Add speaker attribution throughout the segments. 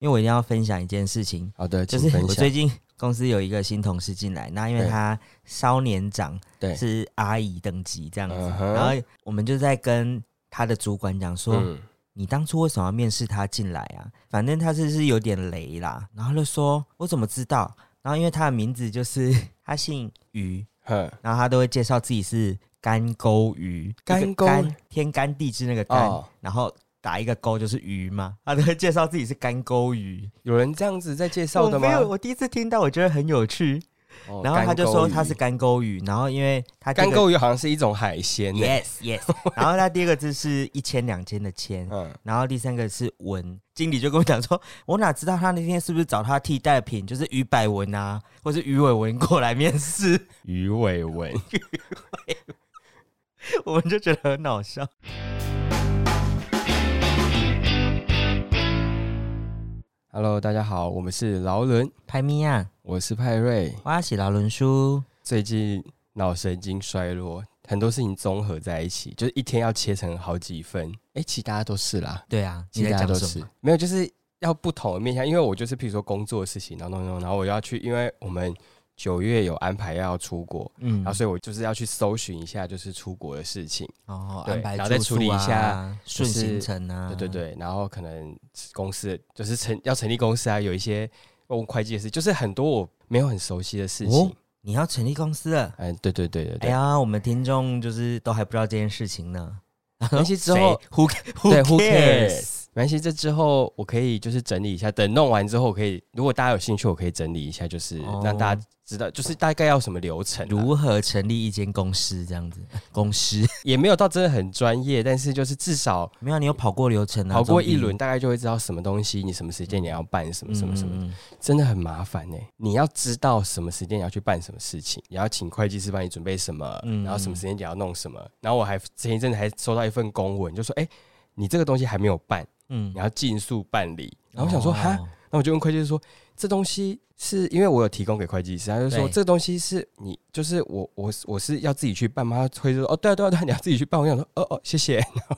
Speaker 1: 因为我一定要分享一件事情，
Speaker 2: 好的，
Speaker 1: 就
Speaker 2: 请
Speaker 1: 是
Speaker 2: 分
Speaker 1: 我
Speaker 2: 享
Speaker 1: 最。近公司有一个新同事进来，那因为
Speaker 2: 对
Speaker 1: 他稍年长，
Speaker 2: 对，
Speaker 1: 是阿姨等级这样子，
Speaker 2: 嗯哼
Speaker 1: 然后我们就在跟他的主管讲说，
Speaker 2: 嗯，
Speaker 1: 你当初为什么要面试他进来啊？反正他是是有点雷啦。然后他就说，我怎么知道？然后因为他的名字就是 他姓于，
Speaker 2: 呵，
Speaker 1: 然后他都会介绍自己是干沟鱼，
Speaker 2: 干沟
Speaker 1: 干天干地支那个干，
Speaker 2: 哦，
Speaker 1: 然后打一个勾就是鱼嘛，他都会介绍自己是干沟鱼。
Speaker 2: 有人这样子在介绍
Speaker 1: 我
Speaker 2: 的
Speaker 1: 没
Speaker 2: 吗？
Speaker 1: 有，我第一次听到，我觉得很有趣。
Speaker 2: 哦
Speaker 1: 然后他就
Speaker 2: 干
Speaker 1: 说
Speaker 2: 沟鱼
Speaker 1: 他是干沟鱼，然后因为他第一
Speaker 2: 干
Speaker 1: 个
Speaker 2: 沟鱼，好像是一种海鲜呢。
Speaker 1: ，yes yes，然 后他第二个字是一千两千的千，
Speaker 2: 嗯，
Speaker 1: 然后第三个是文，经理就跟我讲说，我哪知道他那天是不是找他替代品，就是于百文啊，或是于伟文过来面试，
Speaker 2: 鱼尾纹。
Speaker 1: 我们就觉得很好笑。
Speaker 2: Hello，大家好，我们是劳伦，
Speaker 1: 派米亚，
Speaker 2: 我是派瑞。
Speaker 1: 我要写啊劳伦书，
Speaker 2: 最近脑神经衰弱，很多事情综合在一起，就是一天要切成好几份。哎，其实大家都是啦，
Speaker 1: 对啊，
Speaker 2: 其
Speaker 1: 你
Speaker 2: 实
Speaker 1: 在
Speaker 2: 大家
Speaker 1: 讲
Speaker 2: 都
Speaker 1: 什
Speaker 2: 是
Speaker 1: 么？
Speaker 2: 没有，就是要不同的面向。因为我就是，譬如说工作的事情，然后弄弄，然后我要去，因为我们九月有安排要出国，
Speaker 1: 嗯
Speaker 2: 然后所以我就是要去搜寻一下，就是出国的事情，
Speaker 1: 哦，
Speaker 2: 对
Speaker 1: 安排
Speaker 2: 然后再
Speaker 1: 住
Speaker 2: 处
Speaker 1: 宿
Speaker 2: 理一下
Speaker 1: 啊顺
Speaker 2: 就是
Speaker 1: 行程啊，
Speaker 2: 对对，对，然后可能公司就是成要成立公司啊，有一些问会计的事，就是很多我没有很熟悉的事情。
Speaker 1: 哦你要成立公司了。
Speaker 2: 嗯，对对对对
Speaker 1: 哎
Speaker 2: 对，
Speaker 1: 呀，我们听众就是都还不知道这件事情 呢。
Speaker 2: 关系之后
Speaker 1: 谁，Who
Speaker 2: 对
Speaker 1: Who
Speaker 2: ，Who
Speaker 1: cares？
Speaker 2: cares？没关系，这之后我可以就是整理一下，等弄完之后，我可以如果大家有兴趣，我可以整理一下，就是
Speaker 1: 哦
Speaker 2: 让大家知道，就是大概要什么流程 啊、
Speaker 1: 如何成立一间公司？这样子， 公司
Speaker 2: 也没有到真的很专业，但是就是至少
Speaker 1: 没有你有跑过流程啊，
Speaker 2: 跑
Speaker 1: 总
Speaker 2: 过
Speaker 1: 比
Speaker 2: 一轮，大概就会知道什么东西，你什么时间你要办什么什么什么。
Speaker 1: 嗯嗯嗯
Speaker 2: 真的很麻烦呢、你要知道什么时间你要去办什么事情，也要请会计师帮你准备什么，
Speaker 1: 嗯
Speaker 2: 然后什么时间你要弄什么。然后我还前一阵子还收到一份公文，就说：“哎、你这个东西还没有办，
Speaker 1: 嗯
Speaker 2: 你要尽速办理。”然后我想说：“
Speaker 1: 哦
Speaker 2: 哈。”那我就问会计师说：“这东西是因为我有提供给会计师，他就说
Speaker 1: 对
Speaker 2: 这东西是你就是我我我是要自己去办吗？”他会说：“哦，对啊对啊对啊，你要自己去办。”我想说：“哦哦，谢谢。”然后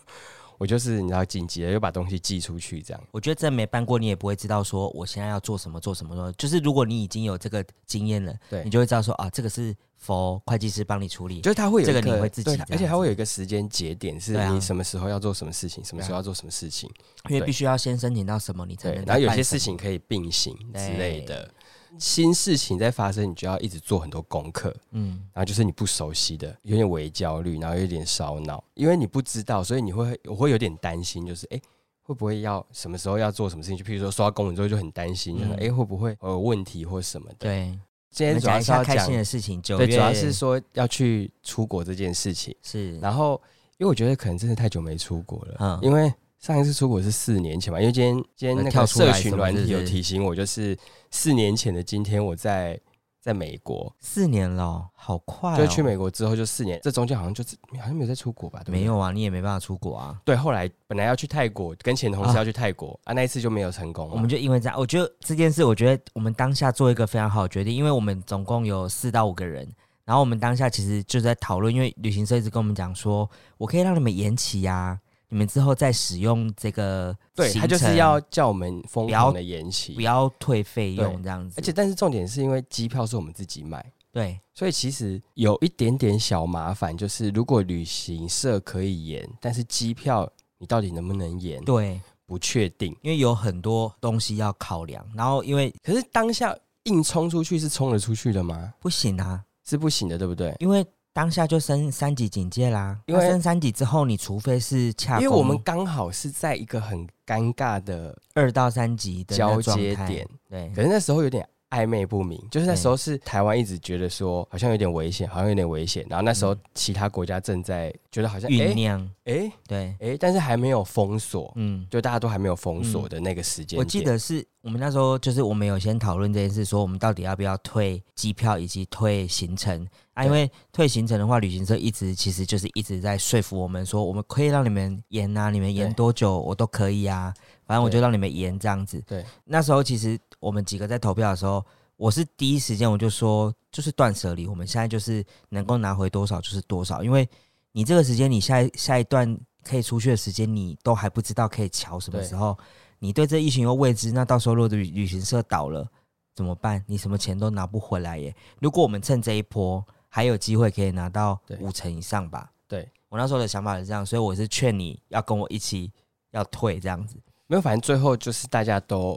Speaker 2: 我就是你知道紧急的就把东西寄出去这样。
Speaker 1: 我觉得真没办过，你也不会知道说我现在要做什么做什么做。就是如果你已经有这个经验了，
Speaker 2: 对
Speaker 1: 你就会知道说啊，这个是 for 会计师帮你处理。
Speaker 2: 就是他会有
Speaker 1: 这
Speaker 2: 一
Speaker 1: 个你会自己
Speaker 2: 对
Speaker 1: 这样
Speaker 2: 而且他会有一个时间节点，是
Speaker 1: 对啊啊
Speaker 2: 你什么时候要做什么事情，什么时候要做什么事情，
Speaker 1: 因为
Speaker 2: 对
Speaker 1: 必须要先申请到什么，你才
Speaker 2: 对
Speaker 1: 能。再
Speaker 2: 然后有
Speaker 1: 办
Speaker 2: 些
Speaker 1: 什么
Speaker 2: 事情可以并行之类的。新事情在发生，你就要一直做很多功课，
Speaker 1: 嗯，
Speaker 2: 然后就是你不熟悉的，有点微焦虑，然后有点烧脑，因为你不知道，所以你会我会有点担心，就是哎。诶会不会要什么时候要做什么事情？就譬如说收到公文之后就很担心，就
Speaker 1: 嗯
Speaker 2: 是哎、诶会不会呃问题或什么的？
Speaker 1: 对。我
Speaker 2: 今天
Speaker 1: 们
Speaker 2: 主
Speaker 1: 讲
Speaker 2: 要
Speaker 1: 一
Speaker 2: 是要
Speaker 1: 下开
Speaker 2: 讲
Speaker 1: 心，的事情，九
Speaker 2: 对，
Speaker 1: 月
Speaker 2: 主要是说要去出国这件事情。
Speaker 1: 是
Speaker 2: 然后，因为我觉得可能真的太久没出国了，
Speaker 1: 嗯呃
Speaker 2: 因为上一次出国是四年前嘛，因为今天今天那
Speaker 1: 跳
Speaker 2: 个
Speaker 1: 出来
Speaker 2: 社群软体
Speaker 1: 什么
Speaker 2: 有
Speaker 1: 日子
Speaker 2: 提醒我，就是四年前的今天我在在美国，
Speaker 1: 四年了哦，好快、哦。
Speaker 2: 就去美国之后就四年，这中间好像就是好像没有再出国吧，对不对
Speaker 1: 没。有啊，你也没办法出国啊。
Speaker 2: 对，后来本来要去泰国，跟前同事
Speaker 1: 啊
Speaker 2: 要去泰国啊那一次就没有成功嘛。
Speaker 1: 我们就因为这样，我觉得这件事，我觉得我们当下做一个非常好的决定，因为我们总共有四到五个人，然后我们当下其实就在讨论，因为旅行社一直跟我们讲说，我可以让你们延期呀、你们之后再使用这个
Speaker 2: 对
Speaker 1: 行
Speaker 2: 他就是
Speaker 1: 程
Speaker 2: 要叫我们疯
Speaker 1: 不要
Speaker 2: 狂的延
Speaker 1: 不
Speaker 2: 期，
Speaker 1: 要退费用
Speaker 2: 对
Speaker 1: 这样子，
Speaker 2: 而且但是重点是因为机票是我们自己买，
Speaker 1: 对
Speaker 2: 所以其实有一点点小麻烦，就是如果旅行社可以延，但是机票你到底能不能延，
Speaker 1: 对，
Speaker 2: 不确定。
Speaker 1: 因为有很多东西要考量，然后因为
Speaker 2: 可是当下硬冲出去是冲得出去的吗？
Speaker 1: 不行啊，
Speaker 2: 是不行的，对不对？
Speaker 1: 因为当下就升三级警戒啦，
Speaker 2: 因为
Speaker 1: 那升三级之后，你除非是恰
Speaker 2: 因
Speaker 1: 逢
Speaker 2: 为我们刚好是在一个很尴尬的
Speaker 1: 二到三级的那
Speaker 2: 交
Speaker 1: 个状
Speaker 2: 接
Speaker 1: 态
Speaker 2: 点，，
Speaker 1: 对
Speaker 2: 可是那时候有点暧昧不明，就是那时候是台湾一直觉得说好像有点危险，好像有点危险，然后那时候
Speaker 1: 嗯
Speaker 2: 其他国家正在觉得好像
Speaker 1: 酝
Speaker 2: 哎
Speaker 1: 酿。
Speaker 2: 哎
Speaker 1: 对，
Speaker 2: 哎，但是还没有封锁，
Speaker 1: 嗯，
Speaker 2: 就大家都还没有封锁的那个时间点、
Speaker 1: 我记得是我们那时候就是我们有先讨论这件事，说我们到底要不要退机票以及退行程啊？
Speaker 2: 对
Speaker 1: 因为退行程的话，旅行社一直其实就是一直在说服我们说，我们可以让你们延啊，你们延
Speaker 2: 对
Speaker 1: 多久我都可以啊，反正我就让你们延这样子。
Speaker 2: 对，
Speaker 1: 那时候其实我们几个在投票的时候。我是第一时间我就说，就是断舍离，我们现在就是能够拿回多少就是多少，因为你这个时间，你下一下一段可以出去的时间，你都还不知道可以瞧什么
Speaker 2: 对
Speaker 1: 时候，你对这疫情又未知，那到时候如果旅旅行社倒了怎么办？你什么钱都拿不回来耶。如果我们趁这一波还有机会可以拿到
Speaker 2: 对
Speaker 1: 五成以上吧。
Speaker 2: 对
Speaker 1: 我那时候的想法是这样，所以我是劝你要跟我一起要退这样子。
Speaker 2: 没有，反正最后就是大家都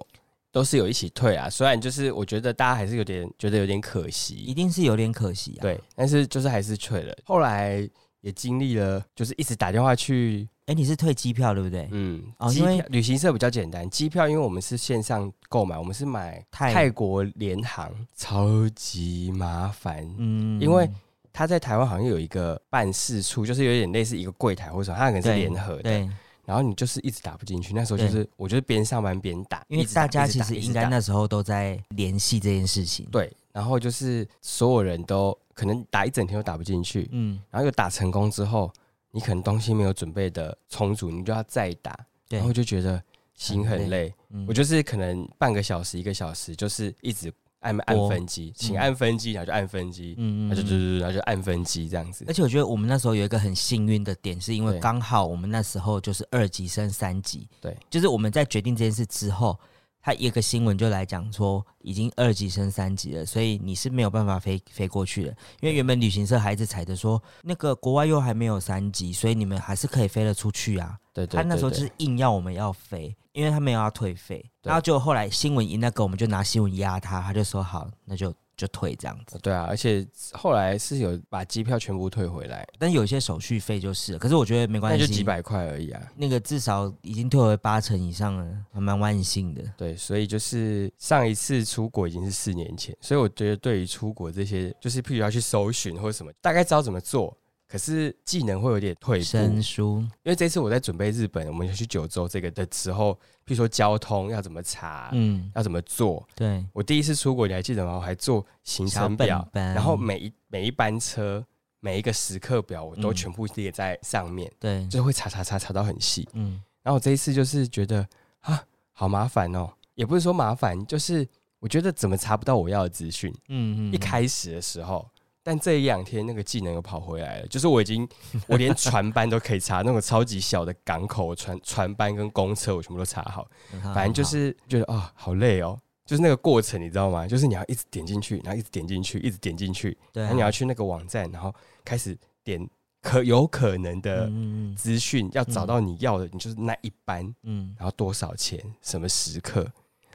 Speaker 2: 都是有一起退啊。虽然就是我觉得大家还是有点觉得有点可
Speaker 1: 一
Speaker 2: 惜，
Speaker 1: 定是有点可惜啊。，
Speaker 2: 对，但是就是还是退了。后来也经历了，就是一直打电话去，
Speaker 1: 哎、你是退机票对不对？
Speaker 2: 嗯，
Speaker 1: 哦
Speaker 2: 机
Speaker 1: 因为
Speaker 2: 票旅行社比较简单，机票因为我们是线上购买，我们是买
Speaker 1: 泰
Speaker 2: 泰国联航，超级麻烦。
Speaker 1: 嗯
Speaker 2: 因为他在台湾好像有一个办事处，就是有点类似一个柜台或者什么，它可能是
Speaker 1: 对
Speaker 2: 联合的。
Speaker 1: 对，
Speaker 2: 然后你就是一直打不进去，那时候就是我就是边上班边打，
Speaker 1: 因为
Speaker 2: 一直打
Speaker 1: 大家
Speaker 2: 一直
Speaker 1: 其
Speaker 2: 打
Speaker 1: 实
Speaker 2: 一直
Speaker 1: 应该
Speaker 2: 打
Speaker 1: 那时候都在联系这件事情。，
Speaker 2: 对，然后就是所有人都可能打一整天都打不进去，
Speaker 1: 嗯，
Speaker 2: 然后又打成功之后，你可能东西没有准备的充足，你就要再打，
Speaker 1: 对
Speaker 2: 然后就觉得心
Speaker 1: 很
Speaker 2: 很累。
Speaker 1: 嗯
Speaker 2: 哦我就是可能半个小时、一个小时，就是一直按按
Speaker 1: 播
Speaker 2: 分机，请
Speaker 1: 嗯
Speaker 2: 按分机，然后就按分机，
Speaker 1: 嗯哎
Speaker 2: 然后就就就然后就按分机这样子
Speaker 1: 而。且我觉得我们那时候有一个很幸运的点，是因为
Speaker 2: 对
Speaker 1: 刚好我们那时候就是二级升三级，
Speaker 2: 对，
Speaker 1: 就是我们在决定这件事之后，他一个新闻就来讲说已经二级升三级了，所以你是没有办法飞飞过去的，因为原本旅行社还一直踩着说那个国外又还没有三级，所以你们还是可以飞得出去啊。
Speaker 2: 对对
Speaker 1: 他那时候
Speaker 2: 对
Speaker 1: 就
Speaker 2: 对
Speaker 1: 是硬要我们要飞，因为他没有要退费，
Speaker 2: 对
Speaker 1: 然后就后来新闻一那个我们就拿新闻压他，他就说好，那就就退这样子。
Speaker 2: 对啊，而且后来是有把机票全部退回来，
Speaker 1: 但有一些手续费就是了，可是我觉得没
Speaker 2: 那
Speaker 1: 关系，
Speaker 2: 就几百块而已啊。
Speaker 1: 那个至少已经退回八成以上了，还蛮万幸的。
Speaker 2: 对，所以就是上一次出国已经是四年前，所以我觉得对于出国这些，就是譬如要去搜寻或者什么，大概知道怎么做，可是技能会有点退步。
Speaker 1: 生疏，
Speaker 2: 因为这次我在准备日本，我们去九州这个的时候，譬如说交通要怎么查，
Speaker 1: 嗯，
Speaker 2: 要怎么做。
Speaker 1: 对，
Speaker 2: 我第一次出国，你还记得吗？我还做行程表
Speaker 1: 小，本嗯本
Speaker 2: 然后每一每一班车、每一个时刻表，我都
Speaker 1: 嗯
Speaker 2: 全部列在上面，
Speaker 1: 对，
Speaker 2: 就是会查查查查到很细。
Speaker 1: 嗯，
Speaker 2: 然后我这一次就是觉得啊，好麻烦哦，也不是说麻烦，就是我觉得怎么查不到我要的资讯。
Speaker 1: 嗯嗯，
Speaker 2: 一开始的时候，但这一两天那个技能又跑回来了，就是我已经 我连船班都可以查，那种超级小的港口船船班跟公车我全部都查好，
Speaker 1: 很好，
Speaker 2: 反正就
Speaker 1: 很好
Speaker 2: 是觉得啊、好累哦。就是那个过程，你知道吗？就是你要一直点进去，然后一直点进去，一直点进去，
Speaker 1: 对啊、
Speaker 2: 然后你要去那个网站，然后开始点可有可能的
Speaker 1: 嗯嗯
Speaker 2: 资讯，要
Speaker 1: 嗯
Speaker 2: 找到你要的，你就是那一班，
Speaker 1: 嗯，嗯
Speaker 2: 然后多少钱，什么时刻，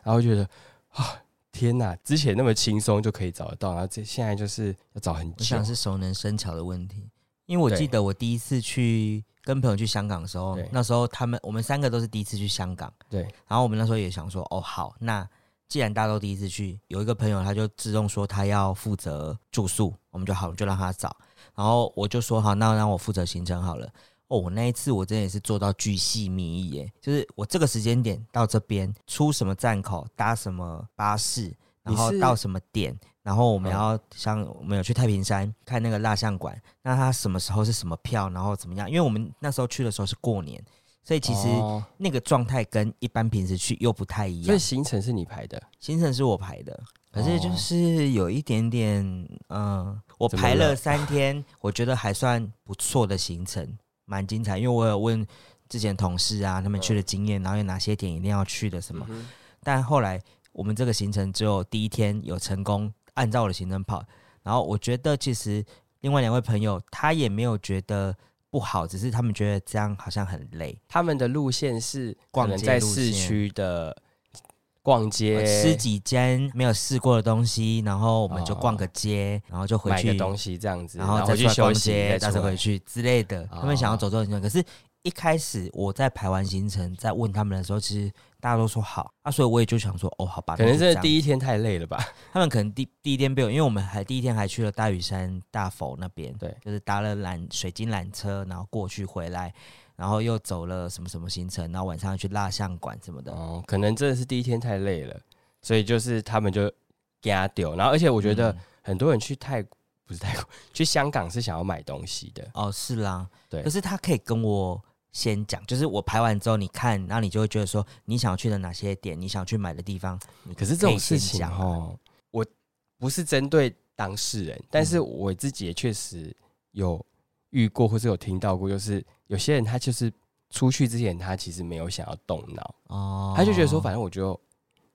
Speaker 2: 然后觉得啊，天哪，之前那么轻松就可以找得到，然后这现在就是要找很
Speaker 1: 我
Speaker 2: 久
Speaker 1: 想，是熟能生巧的问题，因为我
Speaker 2: 对
Speaker 1: 记得我第一次去跟朋友去香港的时候
Speaker 2: 对，
Speaker 1: 那时候他们我们三个都是第一次去香港，
Speaker 2: 对，
Speaker 1: 然后我们那时候也想说，哦，好，那既然大家都第一次去，有一个朋友他就自动说他要负责住宿，我们就好，我们就让他找。然后我就说好，那让我负责行程好了。哦，我那一次我真的也是做到巨细靡遗耶，就是我这个时间点到这边出什么站口，搭什么巴士，然后
Speaker 2: 你是
Speaker 1: 到什么点，然后我们
Speaker 2: 嗯
Speaker 1: 要像我们有去太平山看那个蜡像馆，那它什么时候是什么票，然后怎么样？因为我们那时候去的时候是过年，所以其实
Speaker 2: 哦
Speaker 1: 那个状态跟一般平时去又不太一
Speaker 2: 所以
Speaker 1: 样。
Speaker 2: 行程是你排的，
Speaker 1: 行程是我排的，可是就
Speaker 2: 哦
Speaker 1: 是有一点点，嗯、我
Speaker 2: 怎么
Speaker 1: 排了
Speaker 2: 了
Speaker 1: 三天，我觉得还算不错的行程，蛮精彩。因为我有问之前同事啊，他们去的经验，然后有哪些点一定要去的
Speaker 2: 嗯
Speaker 1: 什么。但后来我们这个行程只有第一天有成功按照我的行程跑，然后我觉得其实另外两位朋友他也没有觉得不好，只是他们觉得这样好像很累。
Speaker 2: 他们的路线是可
Speaker 1: 逛街
Speaker 2: 能在
Speaker 1: 路
Speaker 2: 市
Speaker 1: 线
Speaker 2: 区的逛街，
Speaker 1: 吃几间没有试过的东西，然后我们就
Speaker 2: 哦
Speaker 1: 逛个街，然后就回
Speaker 2: 买
Speaker 1: 去
Speaker 2: 个，东西这样子，
Speaker 1: 然
Speaker 2: 然
Speaker 1: 后再出
Speaker 2: 回去
Speaker 1: 来
Speaker 2: 休
Speaker 1: 逛
Speaker 2: 息，
Speaker 1: 街，
Speaker 2: 再
Speaker 1: 再
Speaker 2: 出
Speaker 1: 回
Speaker 2: 来。哦
Speaker 1: 去之类的。他们想要走这种行程，可是一开始我在排完行程在问他们的时候，其实大家都说好，啊，所以我也就想说，哦，好吧，
Speaker 2: 可能
Speaker 1: 这
Speaker 2: 真的
Speaker 1: 一，
Speaker 2: 第一天太累了吧？
Speaker 1: 他们可能第第一天被我，因为我们还第一天还去了大屿山大佛那边，
Speaker 2: 对
Speaker 1: 就是搭了缆水晶缆车，然后过去回来，然后又走了什么什么行程，然后晚上去蜡像馆什么的，
Speaker 2: 哦，可能真的是第一天太累了，所以就是他们就给他丢。然后，而且我觉得
Speaker 1: 嗯
Speaker 2: 很多人去泰国不是泰国， 去香港是想要买东西的。
Speaker 1: 哦，是啦，
Speaker 2: 对
Speaker 1: 可是他可以跟我先讲，就是我排完之后你看，然后你就会觉得说你想去的哪些点，你想去买的地方。你
Speaker 2: 可是这
Speaker 1: 以
Speaker 2: 种事
Speaker 1: 先
Speaker 2: 情
Speaker 1: 讲啊，
Speaker 2: 哦，我不是针对当事人，但
Speaker 1: 嗯
Speaker 2: 是我自己也确实有遇过，或是有听到过，就是有些人他就是出去之前，他其实没有想要动脑，
Speaker 1: 哦，
Speaker 2: 他就觉得说，反正我就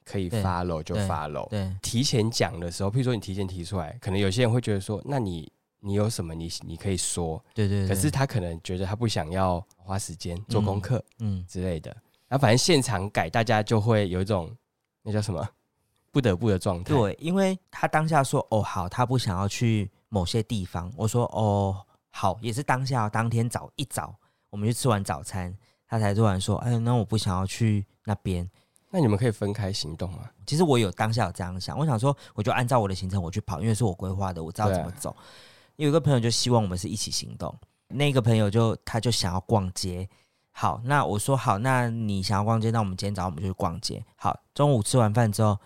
Speaker 2: 可以
Speaker 1: 对
Speaker 2: follow 就
Speaker 1: 对
Speaker 2: follow。
Speaker 1: 对
Speaker 2: 提前讲的时候，譬如说你提前提出来，可能有些人会觉得说，那你你有什么你你可以说，
Speaker 1: 对对，对
Speaker 2: 可是他可能觉得他不想要花时间做功课
Speaker 1: 嗯，
Speaker 2: 之类的。然后反正现场改，大家就会有一种那叫什么不得不的状态。
Speaker 1: 对，因为他当下说哦好，他不想要去某些地方，我说哦好，也是当下哦当天早一早，我们去吃完早餐，他才突然说，哎，那我不想要去那边。
Speaker 2: 那你们可以分开行动吗？
Speaker 1: 其实我有当下有这样想，我想说，我就按照我的行程我去跑，因为是我规划的，我知道
Speaker 2: 对
Speaker 1: 怎么走。有一个朋友就希望我们是一起行动，那个朋友就他就想要逛街。好，那我说好，那你想要逛街，那我们今天早上我们就去逛街。好，中午吃完饭之后，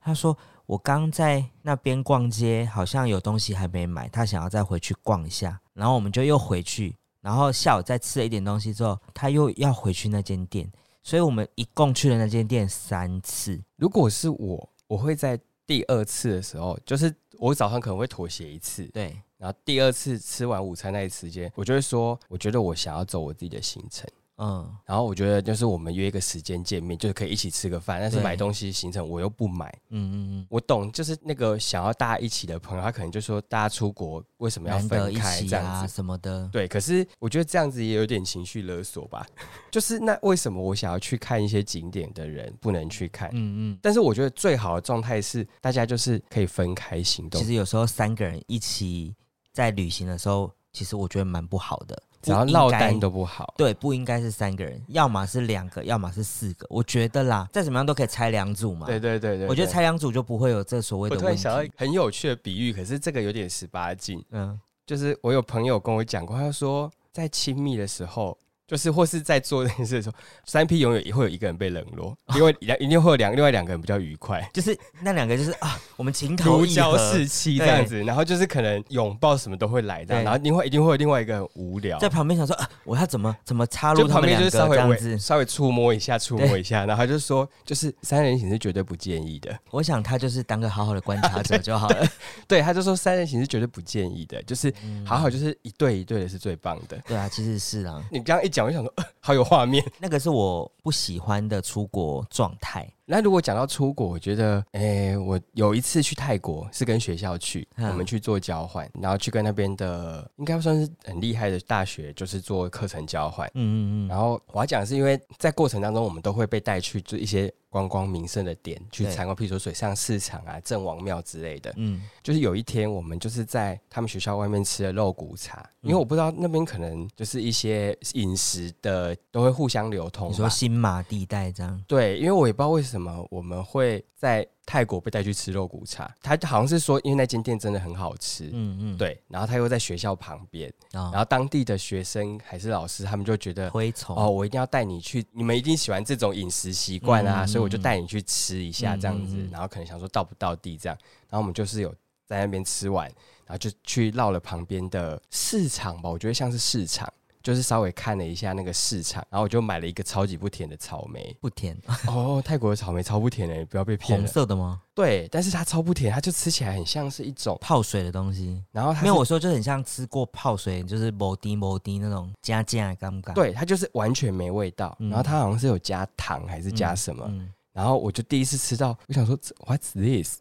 Speaker 1: 他说我刚在那边逛街，好像有东西还没买，他想要再回去逛一下。然后我们就又回去，然后下午再吃了一点东西之后，他又要回去那间店，所以我们一共去了那间店三次。
Speaker 2: 如果是我，我会在第二次的时候，就是我早上可能会妥协一次，
Speaker 1: 对，
Speaker 2: 然后第二次吃完午餐那一时间，我就会说，我觉得我想要走我自己的行程。
Speaker 1: 嗯，
Speaker 2: 然后我觉得就是我们约一个时间见面，就是可以一起吃个饭，但是
Speaker 1: 对
Speaker 2: 买东西行程我又不买。
Speaker 1: 嗯嗯
Speaker 2: 我懂，就是那个想要大家一起的朋友，他可能就说大家出国为什
Speaker 1: 嗯，
Speaker 2: 么要
Speaker 1: 难得
Speaker 2: 分
Speaker 1: 一
Speaker 2: 开
Speaker 1: 起
Speaker 2: 这样
Speaker 1: 啊
Speaker 2: 子？
Speaker 1: 什么的，
Speaker 2: 对，可是我觉得这样子也有点情绪勒索吧。 就是那为什么我想要去看一些景点的人不能去看？
Speaker 1: 嗯嗯。
Speaker 2: 但是我觉得最好的状态是大家就是可以分开行动
Speaker 1: 其，实有时候三个人一起在旅行的时候，其实我觉得蛮不好的，不
Speaker 2: 只要
Speaker 1: 应
Speaker 2: 落
Speaker 1: 该
Speaker 2: 单都不好。
Speaker 1: 对，不应该是三个人，要么是两个，要么是四个。我觉得啦，再怎么样都可以拆两组嘛。
Speaker 2: 对对对对，
Speaker 1: 我觉得
Speaker 2: 对
Speaker 1: 拆两组就不会有这所谓
Speaker 2: 我
Speaker 1: 的
Speaker 2: 突
Speaker 1: 问
Speaker 2: 然
Speaker 1: 题
Speaker 2: 想。到一个很有趣的比喻，可是这个有点十八禁。
Speaker 1: 嗯，
Speaker 2: 就是我有朋友跟我讲过，他说在亲密的时候，就是或是在做这件事的时候，三 P 永远也会有一个人被冷落，因为两一定会有两另外两个人比较愉快，
Speaker 1: 就是那两个就是啊，我们情投
Speaker 2: 如
Speaker 1: 意
Speaker 2: 胶
Speaker 1: 合，
Speaker 2: 似漆这样子，然后就是可能拥抱什么都会来的，
Speaker 1: 对
Speaker 2: 然后另外一定会有另外一个人无聊
Speaker 1: 在。旁边想说啊，我要怎么怎么插
Speaker 2: 就
Speaker 1: 入他
Speaker 2: 旁
Speaker 1: 们
Speaker 2: 边
Speaker 1: 两个
Speaker 2: 就是稍
Speaker 1: 这
Speaker 2: 微
Speaker 1: 样
Speaker 2: 微
Speaker 1: 子？
Speaker 2: 稍微触摸一下，触摸一下，然后他就说，就是三人行是绝对不建议的。
Speaker 1: 我想他就是当个好好的观察者就 好了。
Speaker 2: 对，他就说三人行是绝对不建议的，就是
Speaker 1: 嗯
Speaker 2: 好好就是一对一对的是最棒的。
Speaker 1: 对啊，其实是啊。
Speaker 2: 你刚刚一讲，我就想说，呃好有画面。
Speaker 1: 那个是我不喜欢的出国状态。
Speaker 2: 那如果讲到出国，我觉得，诶、我有一次去泰国是跟学校去，
Speaker 1: 嗯
Speaker 2: 我们去做交换，然后去跟那边的应该算是很厉害的大学，就是做课程交换。
Speaker 1: 嗯嗯
Speaker 2: 然后我要讲的是因为在过程当中，我们都会被带去就一些观光名胜的点去
Speaker 1: 对
Speaker 2: 参观，譬如说水上市场啊、郑王庙之类的。
Speaker 1: 嗯
Speaker 2: 就是有一天，我们就是在他们学校外面吃了肉骨茶，因为
Speaker 1: 嗯
Speaker 2: 我不知道那边可能就是一些饮食的都会互相流
Speaker 1: 嗯，
Speaker 2: 通
Speaker 1: 你
Speaker 2: 吧。
Speaker 1: 说新马地带这样，
Speaker 2: 对，因为我也不知道为什么我们会在泰国被带去吃肉骨茶，他好像是说因为那间店真的很好吃，
Speaker 1: 嗯嗯，
Speaker 2: 对，然后他又在学校旁边，
Speaker 1: 哦，
Speaker 2: 然后当地的学生还是老师，他们就觉得。
Speaker 1: 灰虫
Speaker 2: 哦，我一定要带你去，你们一定喜欢这种饮食习惯啊，
Speaker 1: 嗯
Speaker 2: 所以我就带你去吃一下这样子，
Speaker 1: 嗯嗯嗯
Speaker 2: 然后可能想说到不到地这样，然后我们就是有在那边吃完，然后就去绕了旁边的市场吧，我觉得像是市场，就是稍微看了一下那个市场，然后我就买了一个超级不甜的草莓，
Speaker 1: 不甜，
Speaker 2: 哦，泰国的草莓超不甜的，不要被骗
Speaker 1: 红
Speaker 2: 了。
Speaker 1: 色的吗？
Speaker 2: 对，但是它超不甜，它就吃起来很像是一种，
Speaker 1: 泡水的东西，
Speaker 2: 然后它是
Speaker 1: 没有，我说就很像吃过泡水，就是某滴某滴那种加酱的感觉。
Speaker 2: 对，它就是完全没味道。
Speaker 1: 嗯
Speaker 2: 然后它好像是有加糖还是
Speaker 1: 嗯，
Speaker 2: 加什么，
Speaker 1: 嗯，
Speaker 2: 然后我就第一次吃到，我想说 What's this？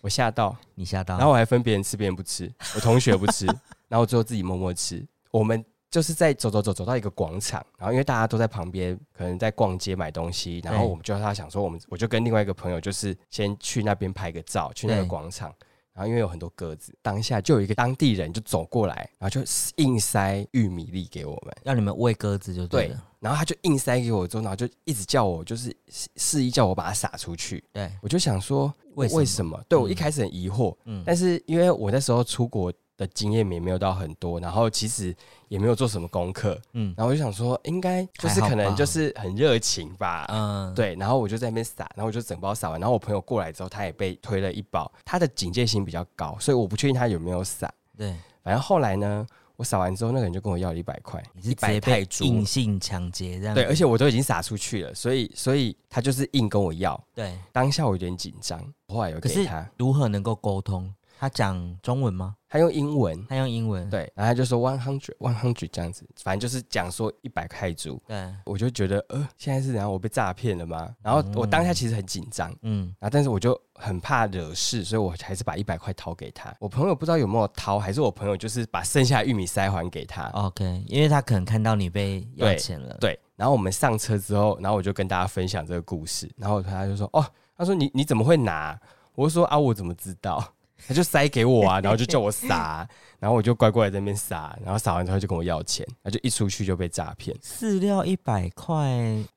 Speaker 2: 我吓到，
Speaker 1: 你吓到，
Speaker 2: 然后我还分别人吃，别人不吃，我同学不吃， 然后我最后自己默默吃。我们就是在走走走走到一个广场，然后因为大家都在旁边，可能在逛街买东西，然后
Speaker 1: 对
Speaker 2: 我们就他想说，我们我就跟另外一个朋友，就是先去那边拍个照，去那个
Speaker 1: 对
Speaker 2: 广场。然后因为有很多鸽子，当下就有一个当地人就走过来，然后就硬塞玉米粒给我们。
Speaker 1: 让你们喂鸽子就对
Speaker 2: 对
Speaker 1: 了。，
Speaker 2: 然后他就硬塞给我之后，然后就一直叫我，就是示示意叫我把它撒出去。
Speaker 1: 对，
Speaker 2: 我就想说，
Speaker 1: 为
Speaker 2: 为
Speaker 1: 什么？
Speaker 2: 什么？对我
Speaker 1: 嗯
Speaker 2: 一开始很疑惑，
Speaker 1: 嗯
Speaker 2: 但是因为我那时候出国的经验也没有到很多，然后其实也没有做什么功课，
Speaker 1: 嗯
Speaker 2: 然后我就想说，应该就是
Speaker 1: 还好
Speaker 2: 可能
Speaker 1: 吧
Speaker 2: 就是很热情吧。
Speaker 1: 嗯，
Speaker 2: 对，然后我就在那边撒，然后我就整包撒完，然后我朋友过来之后，他也被推了一包，他的警戒心比较高，所以我不确定他有没有撒。
Speaker 1: 对，
Speaker 2: 反正后来呢，我撒完之后，那个人就跟我要了一百块，
Speaker 1: 你是
Speaker 2: 一
Speaker 1: 直接
Speaker 2: 百
Speaker 1: 被
Speaker 2: 泰铢
Speaker 1: 硬。性抢劫这样子。
Speaker 2: 对，而且我都已经撒出去了，所以所以他就是硬跟我要，
Speaker 1: 对，
Speaker 2: 当下我有点紧张，后来有
Speaker 1: 可
Speaker 2: 给
Speaker 1: 是
Speaker 2: 他，
Speaker 1: 如何能够沟通？他讲中文吗？
Speaker 2: 他用英文，
Speaker 1: 他用英文。
Speaker 2: 对，然后他就说 one hundred one hundred 这样子，反正就是讲说一百泰铢。
Speaker 1: 对，
Speaker 2: 我就觉得，呃，现在是怎样？我被诈骗了吗？然后我当下其实很紧张，
Speaker 1: 嗯，
Speaker 2: 然后但是我就很怕惹事，所以我还是把一百块掏给他。我朋友不知道有没有掏，还是我朋友就是把剩下的玉米塞还给他。
Speaker 1: OK，因为他可能看到你被要钱了，
Speaker 2: 对，然后我们上车之后，然后我就跟大家分享这个故事，然后他就说：“哦，他说你你怎么会拿？”我就说：“啊，我怎么知道？” 他就塞给我啊，然后就叫我撒，然后我就乖乖地在那边撒，然后撒完之后就跟我要钱，然后就一出去就被诈骗。
Speaker 1: 饲料一百块，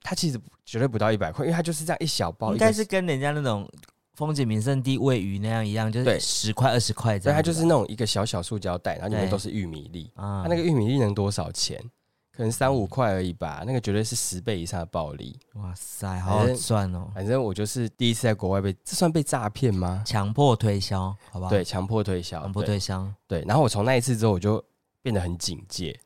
Speaker 2: 他其实绝对不到一百块，因为他就是这样一小包，
Speaker 1: 应
Speaker 2: 一
Speaker 1: 该
Speaker 2: 个
Speaker 1: 是跟人家那种风景名胜地喂鱼那样一样，就
Speaker 2: 对
Speaker 1: 是十块二十块这
Speaker 2: 对，
Speaker 1: 样子吧。
Speaker 2: 它就是那种一个小小塑胶袋，然后里面
Speaker 1: 对
Speaker 2: 都是玉米粒。
Speaker 1: 啊
Speaker 2: 它那个玉米粒能多少钱？可能三五块而已吧，那个绝对是十倍以上的暴利。
Speaker 1: 哇塞，好好赚哦！
Speaker 2: 反正我就是第一次在国外被，这算被诈骗吗？
Speaker 1: 强迫推销，好不好？
Speaker 2: 对，，强迫推销，
Speaker 1: 强迫推销，
Speaker 2: 对。对然后我从那一次之后，我就变得很警戒，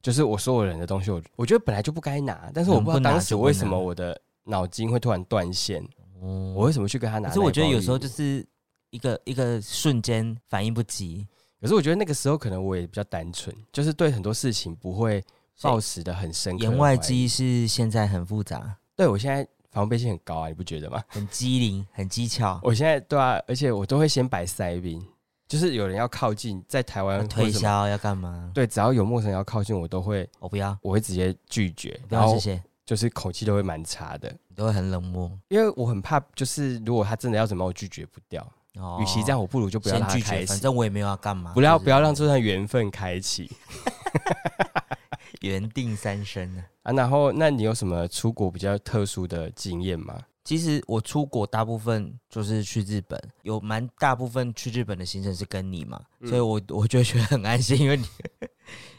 Speaker 2: 就是我所有人的东西我，我觉得本来就不该拿，但是我
Speaker 1: 能
Speaker 2: 不知道
Speaker 1: 不拿
Speaker 2: 当时
Speaker 1: 就不
Speaker 2: 为什么
Speaker 1: 拿
Speaker 2: 我的脑筋会突然断线，
Speaker 1: 嗯
Speaker 2: 我为什么去跟他拿
Speaker 1: 可
Speaker 2: 那一
Speaker 1: 是
Speaker 2: 包玉米？
Speaker 1: 我觉得有时候就是一个一个瞬间反应不及，
Speaker 2: 可是我觉得那个时候可能我也比较单纯，就是对很多事情不会抱持的很深刻。
Speaker 1: 言外之，意是现在很复杂、
Speaker 2: 对我现在防备心很高啊，你不觉得吗？
Speaker 1: 很机灵、很技巧，
Speaker 2: 我现在对啊，而且我都会先摆塞宾，就是有人要靠近，在台湾
Speaker 1: 要
Speaker 2: 或
Speaker 1: 推
Speaker 2: 什么，
Speaker 1: 销要干嘛？
Speaker 2: 对，只要有陌生人要靠近，我都会
Speaker 1: 我不要，
Speaker 2: 我会直接拒绝
Speaker 1: 我，不
Speaker 2: 然
Speaker 1: 要，谢
Speaker 2: 后
Speaker 1: 谢，
Speaker 2: 就是口气都会蛮差的，
Speaker 1: 你都会很冷漠。
Speaker 2: 因为我很怕，就是如果他真的要怎么样，我拒绝不掉。
Speaker 1: 哦
Speaker 2: 与其这样，我不如就不要
Speaker 1: 先
Speaker 2: 让他
Speaker 1: 拒
Speaker 2: 开
Speaker 1: 绝，反
Speaker 2: 启，
Speaker 1: 正我也没有要干嘛，
Speaker 2: 不要
Speaker 1: 就是
Speaker 2: 不要让这段缘分开启
Speaker 1: 原定三生呢。
Speaker 2: 啊。然后，那你有什么出国比较特殊的经验吗？
Speaker 1: 其实我出国大部分就是去日本，有蛮大部分去日本的行程是跟你嘛，
Speaker 2: 嗯
Speaker 1: 所以我我就觉得很安心，因为你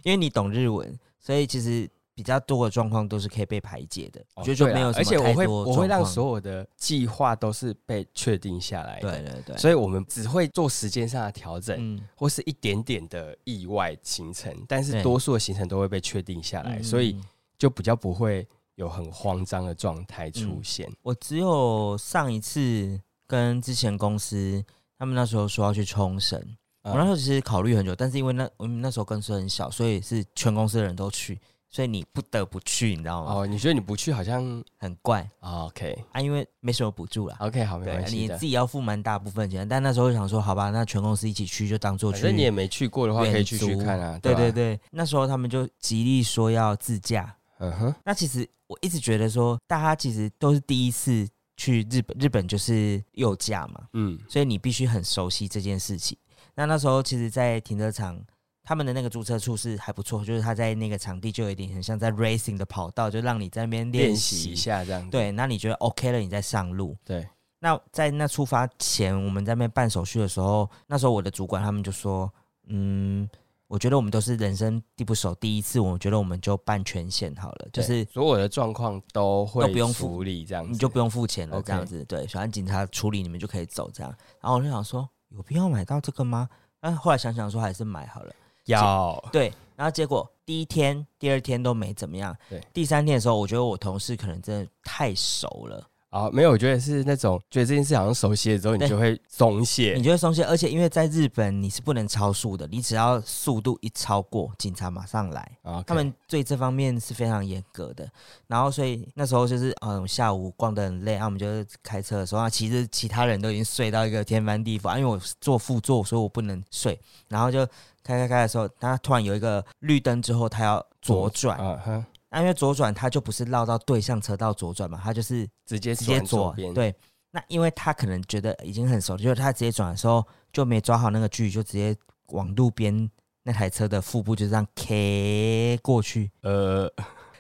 Speaker 1: 因为你懂日文，所以其实比较多的状况都是可以被排解的，我
Speaker 2: 哦
Speaker 1: 觉得就
Speaker 2: 对啦
Speaker 1: 没有什
Speaker 2: 而
Speaker 1: 么
Speaker 2: 且我
Speaker 1: 太
Speaker 2: 会
Speaker 1: 多
Speaker 2: 我会让
Speaker 1: 有
Speaker 2: 所有的计划都是被确定下来的，
Speaker 1: 对对对，
Speaker 2: 所以我们只会做时间上的调整、
Speaker 1: 嗯，
Speaker 2: 或是一点点的意外行程，但是
Speaker 1: 对
Speaker 2: 多数的行程都会被确定下来，
Speaker 1: 嗯
Speaker 2: 所以
Speaker 1: 嗯
Speaker 2: 就比较不会有很慌张的状态
Speaker 1: 嗯
Speaker 2: 出现。
Speaker 1: 我只有上一次跟之前公司，他们那时候说要去冲绳，
Speaker 2: 嗯
Speaker 1: 我那时候其实考虑很久，但是因为那我们那时候公司很小，所以是全公司的人都去，所以你不得不去，你知道吗？
Speaker 2: 哦，你觉得你不去好像、
Speaker 1: 很怪
Speaker 2: 哦、OK
Speaker 1: 啊，因为没什么补助啦。
Speaker 2: OK 哦好没
Speaker 1: 对
Speaker 2: 关，系
Speaker 1: 你
Speaker 2: 的
Speaker 1: 自，己要付蛮大部分钱，但那时候想说，好吧，那全公司一起去就当做
Speaker 2: 反
Speaker 1: 去。
Speaker 2: 正你也没去过的话，可以去去看啊。
Speaker 1: 对
Speaker 2: 吧
Speaker 1: 对，对，那时候他们就极力说要自驾。
Speaker 2: 嗯哼，
Speaker 1: 那其实我一直觉得说，大家其实都是第一次去日本，日本就是右驾嘛。
Speaker 2: 嗯
Speaker 1: 所以你必须很熟悉这件事情。那那时候其实，在停车场，他们的那个注册处是还不错，就是他在那个场地就有一点很像在 racing 的跑道，就让你在那边
Speaker 2: 练
Speaker 1: 练
Speaker 2: 习
Speaker 1: 习
Speaker 2: 一。下这样子。
Speaker 1: 对，那你觉得 OK 了，你再上路。
Speaker 2: 对，
Speaker 1: 那在那出发前，我们在那边办手续的时候，那时候我的主管他们就说：“嗯，我觉得我们都是人生地不熟，第一次，我觉得我们就办全险好了，就
Speaker 2: 对
Speaker 1: 是
Speaker 2: 所有的状况都会
Speaker 1: 都不用付
Speaker 2: 处理这样子，
Speaker 1: 你就不用付钱了，
Speaker 2: OK
Speaker 1: 这样子对，反正警察处理你们就可以走这样。然后我就想说，有必要买到这个吗？但后来想想说还是买好了。
Speaker 2: 要
Speaker 1: 对，然后结果第一天、第二天都没怎么样，
Speaker 2: 对，
Speaker 1: 第三天的时候，我觉得我同事可能真的太熟了，
Speaker 2: 啊，没有，我觉得是那种觉得这件事好像熟悉了之后，你
Speaker 1: 对
Speaker 2: 就会松懈
Speaker 1: 你。就会松懈，而且因为在日本你是不能超速的，你只要速度一超过，警察马上来。
Speaker 2: 啊，
Speaker 1: 他们对这方面是非常严格的。然后所以那时候就是嗯，下午逛得很累，然后我们就是开车的时候，那其实其他人都已经睡到一个天翻地覆，啊因为我坐副座，所以我不能睡。然后就开开开的时候，他突然有一个绿灯之后，他要左转，
Speaker 2: 啊哈，
Speaker 1: 那、因为左转他就不是绕到对向车道左转嘛，他就是
Speaker 2: 直接
Speaker 1: 直接
Speaker 2: 转左
Speaker 1: 左
Speaker 2: 边，，
Speaker 1: 对。那因为他可能觉得已经很熟了，就是他直接转的时候就没抓好那个距离，就直接往路边那台车的腹部就这样 K 过去，
Speaker 2: 呃，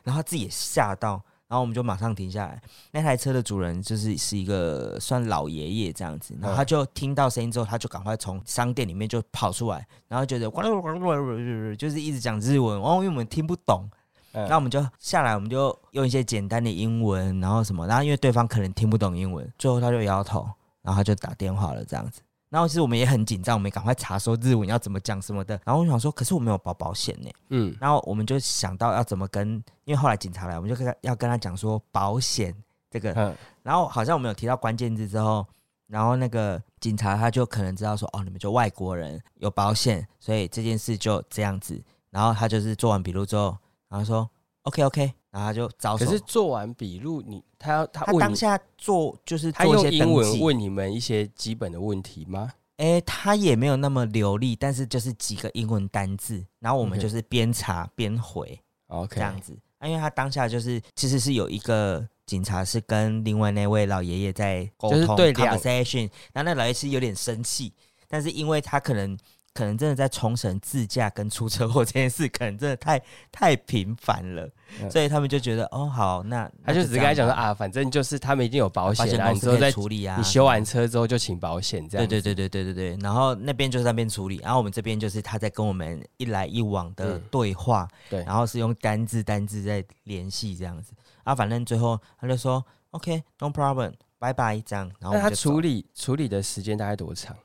Speaker 1: 然后他自己也吓到，然后我们就马上停下来。那台车的主人就是是一个算老爷爷这样子，然后他就听到声音之后，他就赶快从商店里面就跑出来，然后觉得呱噜呱噜呱噜呱噜就是一直讲日文，哦，因为我们听不懂，
Speaker 2: 嗯
Speaker 1: 那我们就下来，我们就用一些简单的英文，然后什么，然后因为对方可能听不懂英文，最后他就摇头，然后他就打电话了这样子。然后其实我们也很紧张，我们也赶快查说日文要怎么讲什么的。然后我想说，可是我没有保保险呢、
Speaker 2: 嗯，
Speaker 1: 然后我们就想到要怎么跟，因为后来警察来，我们就跟他要跟他讲说保险这个。
Speaker 2: 嗯
Speaker 1: 然后好像我们有提到关键字之后，然后那个警察他就可能知道说，哦，你们就外国人有保险，所以这件事就这样子。然后他就是做完笔录之后，然后说 OK OK，然后他就招手。
Speaker 2: 可是做完笔录，你他要他
Speaker 1: 他
Speaker 2: 问
Speaker 1: 当
Speaker 2: 你，
Speaker 1: 下做就是
Speaker 2: 他
Speaker 1: 做一
Speaker 2: 用
Speaker 1: 些
Speaker 2: 英
Speaker 1: 登
Speaker 2: 文
Speaker 1: 记，
Speaker 2: 问你们一些基本的问题吗？
Speaker 1: 哎、他也没有那么流利，但是就是几个英文单字，然后我们
Speaker 2: OK
Speaker 1: 就是边查边回。
Speaker 2: 哦 OK，
Speaker 1: 这样子。啊、因为他当下就是其实是有一个警察是跟另外那位老爷爷在沟
Speaker 2: 就是
Speaker 1: 通
Speaker 2: 对两
Speaker 1: conversation，然后那老爷爷是有点生气，但是因为他可能可能真的在冲绳自驾跟出车祸 这件事，可能真的太太频繁了，
Speaker 2: 嗯
Speaker 1: 所以他们就觉得哦好，那
Speaker 2: 他就只是跟他讲说，啊，反正就是他们一定有保险啊，你之后再
Speaker 1: 处理啊，
Speaker 2: 你修完车之后就请保险这
Speaker 1: 对
Speaker 2: 样。
Speaker 1: 对对对对对对，然后那边就是那边处理，然后我们这边就是他在跟我们一来一往的
Speaker 2: 嗯
Speaker 1: 对话，
Speaker 2: 对
Speaker 1: 然后是用单字单字在联系这样子啊，反正最后他就说 OK，no、problem，拜拜这样，然后
Speaker 2: 那
Speaker 1: 我们
Speaker 2: 他
Speaker 1: 就
Speaker 2: 处
Speaker 1: 走
Speaker 2: 理处理的时间大概多长？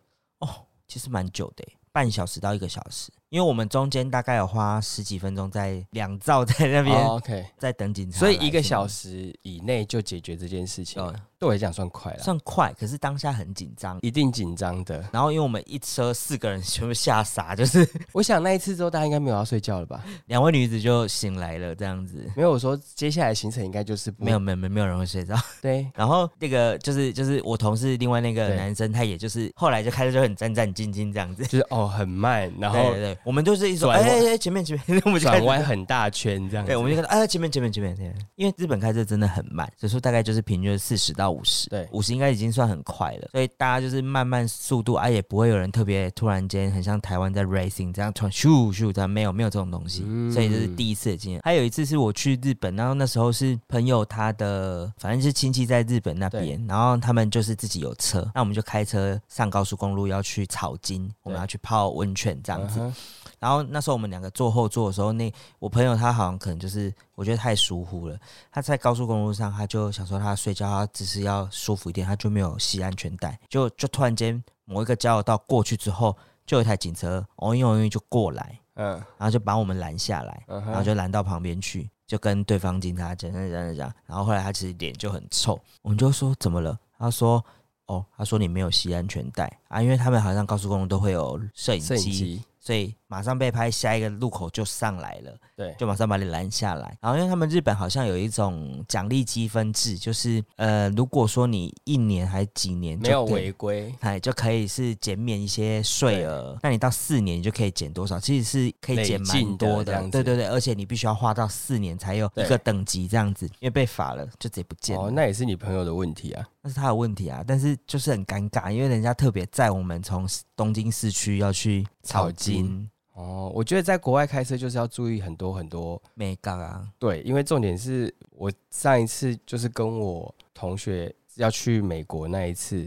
Speaker 1: 其实蛮久的耶，半小时到一个小时，因为我们中间大概有花十几分钟在两造在那边、
Speaker 2: 哦 OK，
Speaker 1: 在等警察来，
Speaker 2: 所以一个小
Speaker 1: 时
Speaker 2: 时以内就解决这件事情
Speaker 1: 呃，
Speaker 2: 对我来讲算快了，
Speaker 1: 算快，可是当下很紧张。
Speaker 2: 一定紧张的。
Speaker 1: 然后，因为我们一车四个人全部吓傻，就是
Speaker 2: 我想那一次之后，大家应该没有要睡觉了吧？
Speaker 1: 两位女子就醒来了，这样子。
Speaker 2: 没有，我说接下来行程应该就是不
Speaker 1: 没有没有没有没有人会睡着。
Speaker 2: 对，
Speaker 1: 然后那个就是就是我同事另外那个
Speaker 2: 对
Speaker 1: 男生，他也就是后来就开始就很战战兢兢这样子。
Speaker 2: 就是哦很慢，
Speaker 1: 对
Speaker 2: 然后
Speaker 1: 对对，我们就是一说，哎
Speaker 2: 转弯
Speaker 1: 哎哎，前面前面，我 们就开
Speaker 2: 转
Speaker 1: 始
Speaker 2: 弯很大圈这样子。
Speaker 1: 对，我们就看到，哎，前面前面前面前面，因为日本开车真的很慢，所以说大概就是平均四十到五十，
Speaker 2: 对
Speaker 1: 五十应该已经算很快了，所以大家就是慢慢速度，啊，也不会有人特别突然间很像台湾在 racing 这样突然咻咻这样，没有没有这种东西，
Speaker 2: 嗯
Speaker 1: 所以这是第一次的经验。还有一次是我去日本，然后那时候是朋友他的，反正是亲戚在日本那边，然后他们就是自己有车，那我们就开车上高速公路要去草津，我们
Speaker 2: 对
Speaker 1: 要去泡温泉这样子，
Speaker 2: 嗯哼
Speaker 1: 然后那时候我们两个坐后座的时候，那我朋友他好像可能就是我觉得太疏忽了，他在高速公路上，他就想说他睡觉，他只是要舒服一点，他就没有系安全带，就就突然间某一个交流道过去之后，就有一台警车哦一哦一就过来，
Speaker 2: 嗯
Speaker 1: 然后就把我们拦下来，
Speaker 2: 嗯
Speaker 1: 然后
Speaker 2: 哼，
Speaker 1: 就拦到旁边去，就跟对方警察讲哎讲讲讲，然后后来他其实脸就很臭，我们就说怎么了？他说。哦，他说你没有系安全带啊，因为他们好像高速公路都会有
Speaker 2: 摄影机
Speaker 1: 所以马上被拍，下一个路口就上来了，
Speaker 2: 对
Speaker 1: 就马上把你拦下来。然后因为他们日本好像有一种奖励积分制，就是呃，如果说你一年还几年就
Speaker 2: 没有
Speaker 1: 可以
Speaker 2: 违规，
Speaker 1: 哎，就可以是减免一些税
Speaker 2: 对
Speaker 1: 额。那你到四年，你就可以减多少？其实是可以
Speaker 2: 累
Speaker 1: 减蛮
Speaker 2: 进的
Speaker 1: 多
Speaker 2: 这
Speaker 1: 的
Speaker 2: 样，子
Speaker 1: 对对对。而且你必须要花到四年才有一
Speaker 2: 对
Speaker 1: 个等级这样子，因为被罚了就直接不见了。
Speaker 2: 哦，
Speaker 1: 那
Speaker 2: 那也是你朋友的问题啊。
Speaker 1: 是他的问题啊，但是就是很尴尬，因为人家特别载我们从东京市区要去
Speaker 2: 草
Speaker 1: 草津
Speaker 2: 津哦，我觉得在国外开车就是要注意很多很多。
Speaker 1: 美港啊，
Speaker 2: 对，因为重点是我上一次就是跟我同学要去美国那一次，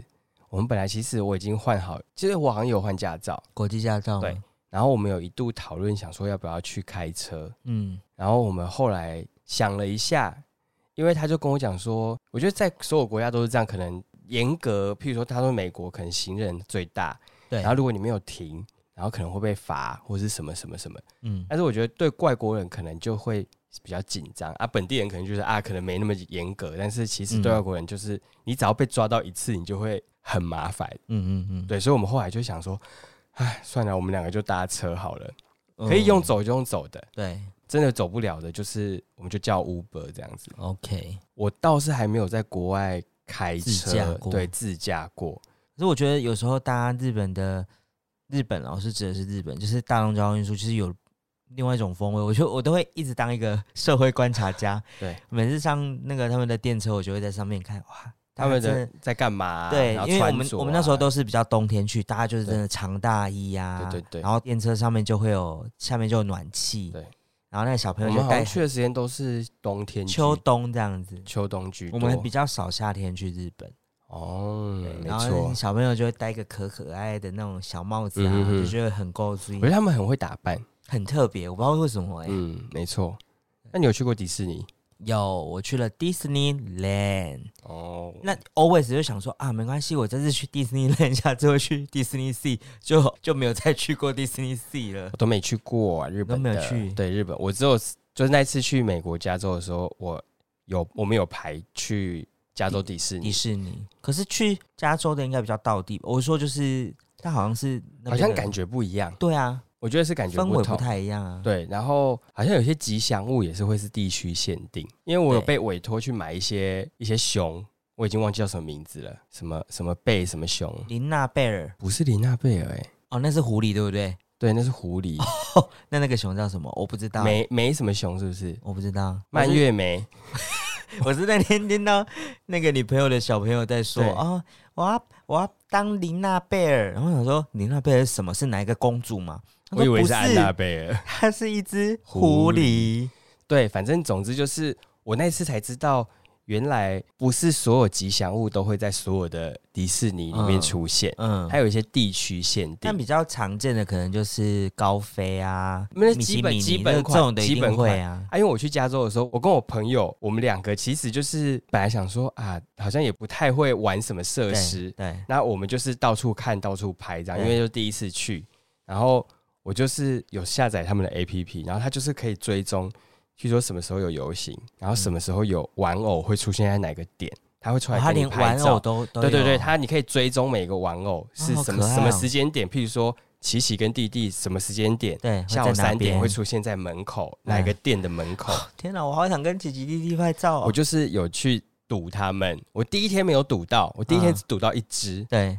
Speaker 2: 我们本来其实我已经换好，其实我好像有换驾照，
Speaker 1: 国际驾照吗
Speaker 2: 对然后我们有一度讨论想说要不要去开车，
Speaker 1: 嗯，
Speaker 2: 然后我们后来想了一下，因为他就跟我讲说，我觉得在所有国家都是这样，可能严格，譬如说他说美国可能行人最大，
Speaker 1: 对，
Speaker 2: 然后如果你没有停，然后可能会被罚或是什么什么什么。
Speaker 1: 嗯，
Speaker 2: 但是我觉得对外国人可能就会比较紧张啊，本地人可能就是啊，可能没那么严格，但是其实对
Speaker 1: 嗯
Speaker 2: 外国人就是、你只要被抓到一次，你就会很麻烦。
Speaker 1: 嗯嗯嗯，
Speaker 2: 对，所以我们后来就想说，哎，算了，我们两个就搭车好了，
Speaker 1: 嗯，
Speaker 2: 可以用走就用走的，
Speaker 1: 对
Speaker 2: 真的走不了的，就是我们就叫 Uber 这样子。
Speaker 1: ，OK。
Speaker 2: 我倒是还没有在国外开车，
Speaker 1: 自驾过
Speaker 2: 对，自驾过，
Speaker 1: 可是我觉得有时候大家日本的日本老师指的是日本，就是大众交通运输，就是有另外一种风味。我觉得我都会一直当一个社会观察家，
Speaker 2: 对，
Speaker 1: 每次上那个他们的电车，我就会在上面看，哇，
Speaker 2: 他们
Speaker 1: 真
Speaker 2: 的在干嘛啊、
Speaker 1: 对
Speaker 2: 然，后
Speaker 1: 因为我
Speaker 2: 穿
Speaker 1: 们
Speaker 2: 着
Speaker 1: 我们那时候
Speaker 2: 啊
Speaker 1: 都是比较冬天去，大家就是真的长大衣呀，
Speaker 2: 对对对
Speaker 1: 然后电车上面就会有下面就有暖气，
Speaker 2: 对，
Speaker 1: 然后那个小朋
Speaker 2: 我
Speaker 1: 友
Speaker 2: 们
Speaker 1: 就
Speaker 2: 好像
Speaker 1: 带
Speaker 2: 去的时间都是冬天居、
Speaker 1: 秋冬这样子，
Speaker 2: 秋冬居
Speaker 1: 我
Speaker 2: 多，
Speaker 1: 们比较少夏天去日本，
Speaker 2: 哦
Speaker 1: 对，
Speaker 2: 没
Speaker 1: 然后
Speaker 2: 错，
Speaker 1: 小朋友就会戴一个可可爱的那种小帽子啊，
Speaker 2: 嗯哼哼
Speaker 1: 就觉得很够注
Speaker 2: 我
Speaker 1: 意
Speaker 2: 觉，得他们很会打扮。
Speaker 1: 很特别。我不知道为什么哎、
Speaker 2: 嗯，没错。那你有去过迪士尼？
Speaker 1: 有我去了 Disneyland，
Speaker 2: 哦，
Speaker 1: 那 always 就想说啊，没关系，我这次去 Disneyland，下 次会去 Disney Sea，就就没有再去过 Disney Sea 了
Speaker 2: 我。都没去过、啊、日
Speaker 1: 都
Speaker 2: 本的，
Speaker 1: 没有去
Speaker 2: 对日本，我只有就是那次去美国加州的时候，我有我们有排去加州迪士
Speaker 1: 迪
Speaker 2: 尼，
Speaker 1: 士尼。可是去加州的应该比较道地吧，我说就是，它好像是那
Speaker 2: 好
Speaker 1: 边
Speaker 2: 像
Speaker 1: 的
Speaker 2: 感觉不一样，
Speaker 1: 对啊，
Speaker 2: 我觉得是感觉
Speaker 1: 氛围不
Speaker 2: 同。
Speaker 1: 太一样啊。
Speaker 2: 对，然后好像有些吉祥物也是会是地区限定，因为我有
Speaker 1: 对
Speaker 2: 被委托去买一些一些熊，我已经忘记叫什么名字了，什么什么贝什么熊，
Speaker 1: 林娜贝尔
Speaker 2: 不是林娜贝尔哎、
Speaker 1: 哦，那是狐狸对不对？
Speaker 2: 对，那是狐狸，
Speaker 1: 那那个熊叫什么？我不知道，
Speaker 2: 没没什么熊是不是？
Speaker 1: 我不知道。
Speaker 2: 蔓越莓，
Speaker 1: 我是，我是那天听到那个你朋友的小朋友在说
Speaker 2: 对
Speaker 1: 哦，我要我要当林娜贝尔，然后我想说林娜贝尔是什么？是哪一个公主吗？他说
Speaker 2: 我以为
Speaker 1: 不
Speaker 2: 是安娜贝尔。
Speaker 1: 它是一只
Speaker 2: 狐
Speaker 1: 狐狸。
Speaker 2: 对，反正总之就是我那次才知道，原来不是所有吉祥物都会在所有的迪士尼里面
Speaker 1: 嗯
Speaker 2: 出现，
Speaker 1: 嗯，
Speaker 2: 还有一些地区限
Speaker 1: 但
Speaker 2: 定。
Speaker 1: 比较常见的可能就是高飞啊，
Speaker 2: 那
Speaker 1: 米
Speaker 2: 基
Speaker 1: 奇
Speaker 2: 本
Speaker 1: 米妮
Speaker 2: 基本
Speaker 1: 这
Speaker 2: 款
Speaker 1: 种的一
Speaker 2: 基本
Speaker 1: 定会啊。
Speaker 2: 啊，因为我去加州的时候，我跟我朋友，我们两个其实就是本来想说啊，好像也不太会玩什么设
Speaker 1: 对
Speaker 2: 施，
Speaker 1: 对，
Speaker 2: 那我们就是到处看、到处拍这样，因
Speaker 1: 对
Speaker 2: 为就第一次去。然后我就是有下载他们的 APP，然后它就是可以追踪，据说什么时候有游行，然后什么时候有玩偶会出现在哪个点，它会出
Speaker 1: 哦
Speaker 2: 来
Speaker 1: 他
Speaker 2: 给你
Speaker 1: 连
Speaker 2: 拍
Speaker 1: 玩
Speaker 2: 照。
Speaker 1: 偶都都
Speaker 2: 对对
Speaker 1: 有啊
Speaker 2: 对，它你可以追踪每个玩偶是
Speaker 1: 好
Speaker 2: 什么、
Speaker 1: 可爱
Speaker 2: 什么
Speaker 1: 哦
Speaker 2: 时间点，譬如说琪琪跟弟弟什么时间点。
Speaker 1: 对
Speaker 2: 下
Speaker 1: 会
Speaker 2: 午
Speaker 1: 在哪
Speaker 2: 三点
Speaker 1: 边
Speaker 2: 会出现在门口哪个店的门口，
Speaker 1: 天哪，我好想跟姐姐弟弟拍照、哦。
Speaker 2: 我就是有去赌他们。我第一天没有赌到，我第一
Speaker 1: 嗯
Speaker 2: 天只赌到一只，
Speaker 1: 对，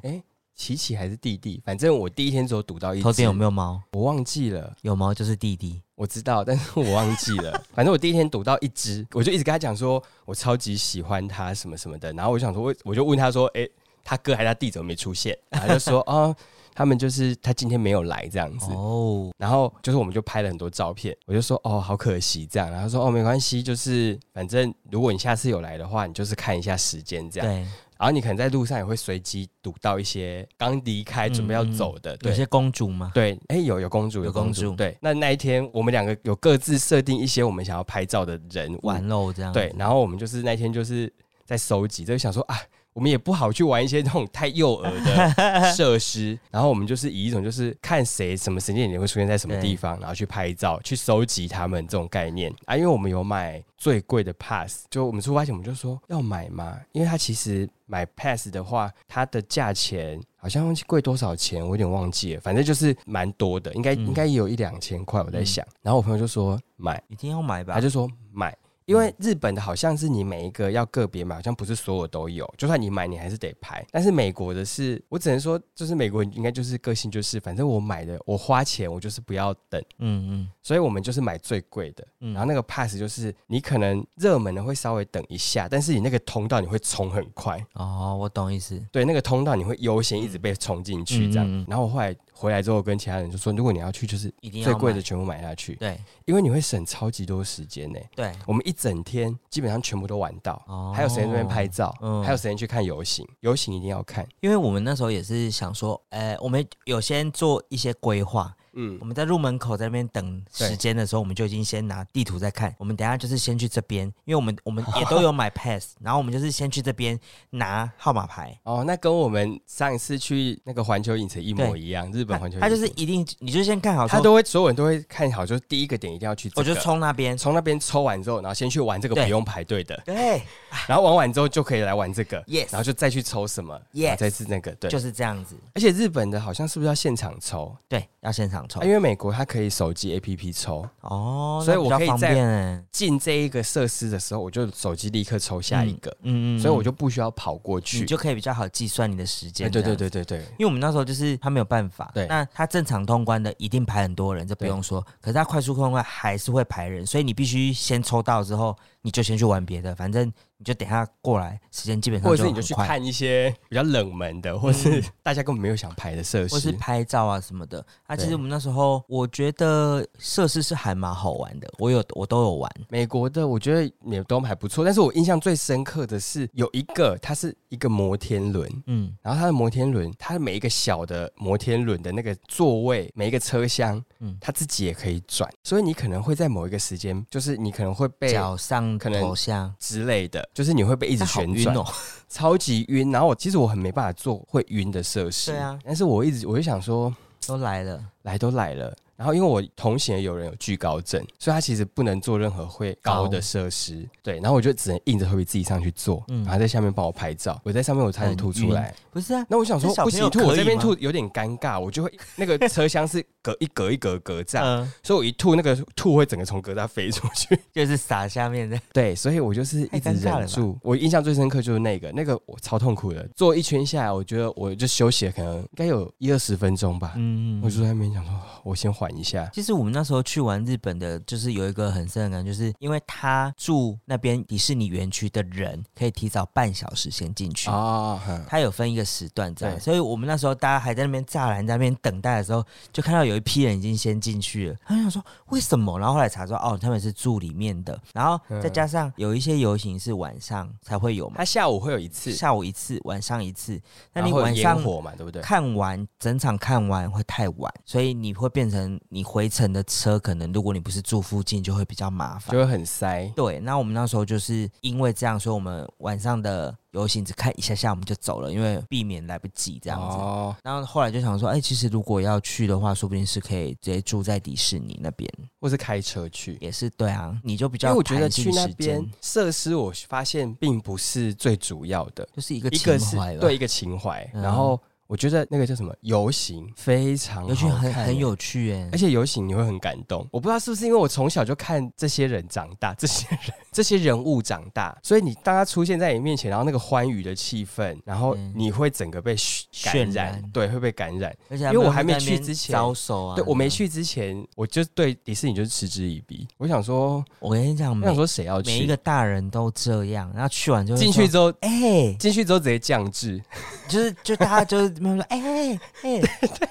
Speaker 2: 琪琪还是弟弟，反正我第一天只有赌到一只。
Speaker 1: 头顶有没有毛？
Speaker 2: 我忘记了，
Speaker 1: 有毛就是弟弟。
Speaker 2: 我知道，但是我忘记了。反正我第一天赌到一只，我就一直跟他讲说，我超级喜欢他什么什么的。然后我就想说，我我就问他说，诶，他哥还是他弟怎么没出现？然后他就 说，哦，他们就是他今天没有来这样子。
Speaker 1: 哦，
Speaker 2: 然后就是我们就拍了很多照片，我就说哦，好可惜这样。然后他说哦，没关系，就是反正如果你下次有来的话，你就是看一下时间这样。
Speaker 1: 对，
Speaker 2: 然后你可能在路上也会随机堵到一些刚离开准备要走的，
Speaker 1: 嗯有
Speaker 2: 对
Speaker 1: 些公主嘛，
Speaker 2: 对，哎、有有公主，
Speaker 1: 有
Speaker 2: 有公
Speaker 1: 公
Speaker 2: 主，
Speaker 1: 主
Speaker 2: 对。那那一天我们两个有各自设定一些我们想要拍照的人物，
Speaker 1: 玩肉这样。
Speaker 2: 对。然后我们就是那天就是在收集，就想说啊，我们也不好去玩一些那种太幼儿 的设施，然后我们就是以一种就是看谁什么时间点会出现在什么地方，然后去拍照，去收集他们这种概念啊。因为我们有买最贵的 pass，就我们出发前我们就说要买嘛，因为它其实买 pass 的话，它的价钱。好像忘记贵多少钱，我有点忘记了，反正就是蛮多的，应该、
Speaker 1: 嗯
Speaker 2: 应该也有一两千块，我在想。然后我朋友就说买，
Speaker 1: 一定要买吧。
Speaker 2: 他就说买，因为日本的好像是你每一个要个别买，好像不是所有都有，就算你买你还是得排。但是美国的是，我只能说，就是美国人应该就是个性就是，反正我买的我花钱我就是不要等，
Speaker 1: 嗯嗯
Speaker 2: 所以我们就是买最贵的。
Speaker 1: 嗯，
Speaker 2: 然后那个 pass 就是你可能热门的会稍微等一下，但是你那个通道你会冲很快，
Speaker 1: 哦，我懂意思。
Speaker 2: 对，那个通道你会优先一直被冲进去这样。
Speaker 1: 嗯嗯嗯嗯
Speaker 2: 然后我后来回来之后跟其他人就说，如果你要去就是
Speaker 1: 一定要
Speaker 2: 最贵
Speaker 1: 买
Speaker 2: 的全部买下去，
Speaker 1: 对
Speaker 2: 因为你会省超级多时间呢、
Speaker 1: 对
Speaker 2: 我们一整天基本上全部都玩到，
Speaker 1: 哦，
Speaker 2: 还有时间在那边拍照，
Speaker 1: 嗯
Speaker 2: 还有时间去看游行，游行一定要看。
Speaker 1: 因为我们那时候也是想说，呃，我们有先做一些规划，
Speaker 2: 嗯
Speaker 1: 我，们在入门口在那边等时间的时候，我们就已经先拿地图在看。我们等一下就是先去这边，因为我们我们也都有买 pass，然后我们就是先去这边拿号码牌。
Speaker 2: 哦，那跟我们上一次去那个环球影城一模一样，日本环球影
Speaker 1: 他
Speaker 2: 城
Speaker 1: 就是一定，你就先看好说，
Speaker 2: 他都会所有人都会看好，就是第一个点一定要去、这
Speaker 1: 我
Speaker 2: 个
Speaker 1: 就冲那边。
Speaker 2: 从那边抽完之后，然后先去玩这个
Speaker 1: 对
Speaker 2: 不用排队的，
Speaker 1: 对
Speaker 2: 然后玩完之后就可以来玩这个
Speaker 1: Yes
Speaker 2: 然后就再去抽什么
Speaker 1: Yes
Speaker 2: 然后再是那个对。
Speaker 1: 就是这样子。
Speaker 2: 而且日本的好像是不是要现场抽？
Speaker 1: 对，要现场抽
Speaker 2: 啊因为美国它可以手机 APP 抽，
Speaker 1: 哦，
Speaker 2: 所以
Speaker 1: 那比
Speaker 2: 我
Speaker 1: 较
Speaker 2: 可以
Speaker 1: 方
Speaker 2: 在
Speaker 1: 便欸。
Speaker 2: 进这一个设施的时候，我就手机立刻抽下一个，
Speaker 1: 嗯
Speaker 2: 所以我就不需要跑过
Speaker 1: 你
Speaker 2: 去。
Speaker 1: 就可以比较好计算你的时
Speaker 2: 哎
Speaker 1: 间。这
Speaker 2: 对对
Speaker 1: 样子
Speaker 2: 对对对，
Speaker 1: 因为我们那时候就是他没有办法，
Speaker 2: 对
Speaker 1: 那他正常通关的一定排很多人，这不
Speaker 2: 对
Speaker 1: 用说。可是他快速通关还是会排人，所以你必须先抽到之后，你就先去玩别的，反正你就等他过来，时间基本上
Speaker 2: 或者是你
Speaker 1: 很
Speaker 2: 就嗯去
Speaker 1: 快，
Speaker 2: 看一些比较冷门的，或是大家根本没有想排的设
Speaker 1: 或是
Speaker 2: 施。
Speaker 1: 拍照啊什么的。啊，其
Speaker 2: 对
Speaker 1: 实我们那时候我觉得设施是还蛮好玩的，我有我都有玩，
Speaker 2: 美国的我觉得也都还不错，但是我印象最深刻的是有一个，它是一个摩天轮，
Speaker 1: 嗯
Speaker 2: 然后它的摩天轮，它每一个小的摩天轮的那个座位，每一个车厢，
Speaker 1: 嗯
Speaker 2: 它自己也可以转，所以你可能会在某一个时间，就是你可能会被
Speaker 1: 脚上
Speaker 2: 可能
Speaker 1: 头下。
Speaker 2: 之类的，就是你会被一直
Speaker 1: 那好
Speaker 2: 旋
Speaker 1: 晕
Speaker 2: 转，
Speaker 1: 哦，
Speaker 2: 超级晕。然后我其实我很没办法做会晕的设施，
Speaker 1: 对啊
Speaker 2: 但是我一直我就想说，
Speaker 1: 都来了，
Speaker 2: 来都来了，然后因为我同行的有人有惧高症，所以他其实不能做任何会高的
Speaker 1: 高
Speaker 2: 设施。对，然后我就只能硬着头皮自己上去做，
Speaker 1: 哦嗯
Speaker 2: 然后在下面帮我拍照。我在上面我差点
Speaker 1: 很
Speaker 2: 吐
Speaker 1: 晕
Speaker 2: 出来。
Speaker 1: 不是啊，
Speaker 2: 那我想说
Speaker 1: 这小
Speaker 2: 不
Speaker 1: 朋友
Speaker 2: 行，吐我
Speaker 1: 可以
Speaker 2: 这边
Speaker 1: 吗
Speaker 2: 吐有点尴尬，我就会那个车厢是隔一格一格格栅，
Speaker 1: 嗯，
Speaker 2: 所以我一吐那个吐会整个从格栅飞出去。
Speaker 1: 就是撒下面的，
Speaker 2: 对，所以我就是一直
Speaker 1: 太尴尬了
Speaker 2: 忍
Speaker 1: 吧
Speaker 2: 住。我印象最深刻就是那个，那个我超痛苦的，坐一圈下来，我觉得我就休息了，可能应该有一二十分钟吧。
Speaker 1: 嗯
Speaker 2: 我就在那边想说，我先缓一下。
Speaker 1: 其实我们那时候去玩日本的，就是有一个很深的感觉，就是因为他住那边迪士尼园区的人可以提早半小时先进去。
Speaker 2: 啊，哼
Speaker 1: 他有分一个时段这样，
Speaker 2: 对
Speaker 1: 所以我们那时候大家还在那边栅栏在那边等待的时候，就看到有一批人已经先进去了。他就想说为什么？然后后来查说哦，他们是住里面的，然后再加上有一些游行是晚上才会有嘛
Speaker 2: 他，下午会有一次，
Speaker 1: 下午一次，晚上一次。那
Speaker 2: 然
Speaker 1: 你
Speaker 2: 后有
Speaker 1: 晚
Speaker 2: 烟
Speaker 1: 上
Speaker 2: 火嘛，对不对？
Speaker 1: 看完整场看完会太晚，所以你会变成你回程的车，可能如果你不是住附近，就会比较麻
Speaker 2: 就
Speaker 1: 烦。
Speaker 2: 会很塞。
Speaker 1: 对，那我们那时候就是因为这样，所以我们晚上的游行只看一下下，我们就走了，因为避免来不及这样子。
Speaker 2: 哦，
Speaker 1: 然后后来就想说，哎、其实如果要去的话，说不定是可以直接住在迪士尼那边，
Speaker 2: 或是开车去。
Speaker 1: 也是对啊，你就比
Speaker 2: 因为
Speaker 1: 较
Speaker 2: 我觉得
Speaker 1: 弹性
Speaker 2: 去那
Speaker 1: 时
Speaker 2: 边
Speaker 1: 间
Speaker 2: 设施，我发现并不是最主要的，
Speaker 1: 就是一个
Speaker 2: 一个
Speaker 1: 情
Speaker 2: 是
Speaker 1: 怀了，
Speaker 2: 对，一个情怀，
Speaker 1: 嗯
Speaker 2: 然后我觉得那个叫什么游行非常
Speaker 1: 尤其
Speaker 2: 好
Speaker 1: 很
Speaker 2: 看
Speaker 1: 很
Speaker 2: 耶
Speaker 1: 有趣哎、
Speaker 2: 而且游行你会很感动，我不知道是不是因为我从小就看这些人长大，这些人这些人物长大，所以你当他出现在你面前，然后那个欢愉的气氛，然后
Speaker 1: 嗯
Speaker 2: 你会整个被渲感染，
Speaker 1: 渲染
Speaker 2: 对，会被感染。
Speaker 1: 而且
Speaker 2: 因
Speaker 1: 他
Speaker 2: 为
Speaker 1: 们
Speaker 2: 我
Speaker 1: 会
Speaker 2: 还没
Speaker 1: 在那
Speaker 2: 去
Speaker 1: 边
Speaker 2: 之前
Speaker 1: 招手啊，
Speaker 2: 对我没
Speaker 1: 去。
Speaker 2: 去之前，我就对迪士尼就是嗤之以鼻。我想说，
Speaker 1: 我跟你讲，
Speaker 2: 我
Speaker 1: 每
Speaker 2: 想说谁要
Speaker 1: 嗯
Speaker 2: 去？
Speaker 1: 每一个大人都这样，然后去完就会
Speaker 2: 进
Speaker 1: 说，
Speaker 2: 去之后，
Speaker 1: 哎、
Speaker 2: 进去之后直接降智，
Speaker 1: 就是就大家就是没有说，哎、哎、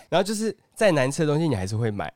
Speaker 2: 然后就是再难吃的东西你还是会买。